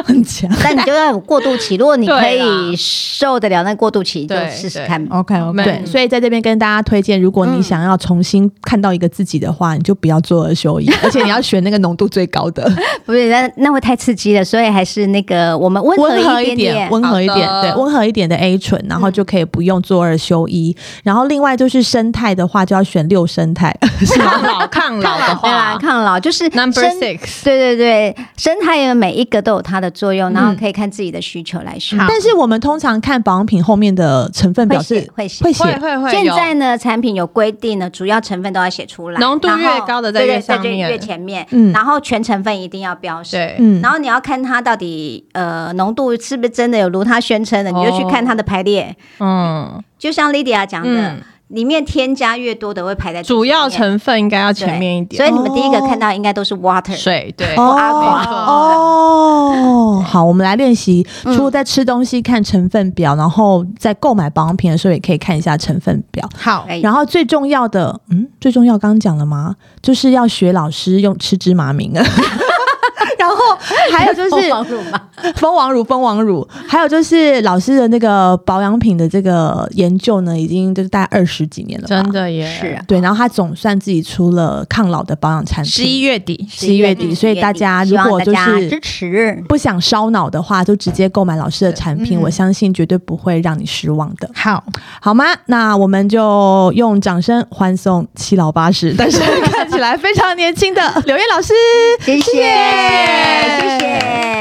Speaker 1: 很强。
Speaker 3: 但你就要有过渡期，如果你可
Speaker 2: 对啦
Speaker 3: 以受得了那过渡期，就
Speaker 2: 对
Speaker 3: 试试
Speaker 2: 对
Speaker 3: 看吧。
Speaker 4: OK
Speaker 2: 没
Speaker 4: OK，
Speaker 1: 对，所以在这边跟大家推荐，如果
Speaker 2: 嗯
Speaker 1: 你想要重新看到一个自己的话，你就不要做二休一， 而且你要选那个浓度最高的，
Speaker 3: 不是，那那会太刺激了，所以还是那个我们温
Speaker 1: 温
Speaker 3: 和
Speaker 1: 和
Speaker 3: 一
Speaker 1: 一点，
Speaker 3: 点嗯点。
Speaker 1: 温和一点，
Speaker 2: 好
Speaker 1: 对
Speaker 2: 的，
Speaker 1: 温和一点的 A 醇，然后就可以不用做二休一。然后另外就是生态的话，就要选六生态，
Speaker 2: 抗老抗老的
Speaker 3: 对啦，
Speaker 2: 话
Speaker 3: 抗老就是
Speaker 2: ，Number
Speaker 3: 生
Speaker 2: Six，
Speaker 3: 对对对，生态的每一个都有它的作
Speaker 2: 嗯
Speaker 3: 用，然后可以看自己的需求来选。
Speaker 4: 好
Speaker 1: 但是我们通常看保养品后面的成分表示
Speaker 3: 会写
Speaker 1: 会
Speaker 3: 会
Speaker 1: 写
Speaker 2: 会会会，
Speaker 3: 现
Speaker 2: 有
Speaker 3: 在呢，产品有规定呢，主要成分都要写出来，
Speaker 2: 浓度
Speaker 3: 然后
Speaker 2: 越高的在
Speaker 3: 对
Speaker 2: 越
Speaker 3: 对
Speaker 2: 上面
Speaker 3: 在越前面，
Speaker 1: 嗯
Speaker 3: 然后全成分一定要标示。
Speaker 2: 对，
Speaker 1: 嗯
Speaker 3: 然后你要看它到底呃浓度是不是真的有如它宣称的，
Speaker 2: 哦
Speaker 3: 你就去看它的排列。
Speaker 2: 嗯
Speaker 3: 就像 Lydia 讲的，
Speaker 2: 嗯，
Speaker 3: 里面添加越多的会排在最
Speaker 2: 主要
Speaker 3: 前面
Speaker 2: 成分应该要前面一
Speaker 3: 对
Speaker 2: 点，
Speaker 3: 所以你们第一个看到应该都是 water，
Speaker 2: 水对，
Speaker 1: 哦
Speaker 3: 阿
Speaker 2: 没错
Speaker 1: 哦，好，我们来练习。
Speaker 3: 嗯
Speaker 1: 除了在吃东西看成分表，然后在购买保养品的时候也可以看一下成分表。
Speaker 4: 好
Speaker 3: 可以
Speaker 1: 然后最重要的，嗯，最重要刚刚讲了吗？就是要学老师用吃芝麻明。 然后还有就是
Speaker 3: 黄乳嘛，
Speaker 1: 蜂王乳，蜂王乳，还有就是老师的那个保养品的这个研究呢，已经就是大概二十几年了吧，
Speaker 5: 真的耶，
Speaker 3: 是啊，
Speaker 1: 对。然后他总算自己出了抗老的保养产品，
Speaker 5: 十一月 底，
Speaker 1: 11月
Speaker 3: 嗯
Speaker 1: 底所以大家如果就是
Speaker 3: 希望大家支持，
Speaker 1: 不想烧脑的话，就直接购买老师的产品，我相信绝对不会让你失望的，
Speaker 4: 好，
Speaker 1: 好吗？那我们就用掌声欢送七老八十，但是看起来非常年轻的柳叶老师。
Speaker 3: 谢谢，
Speaker 1: 谢
Speaker 3: 谢谢。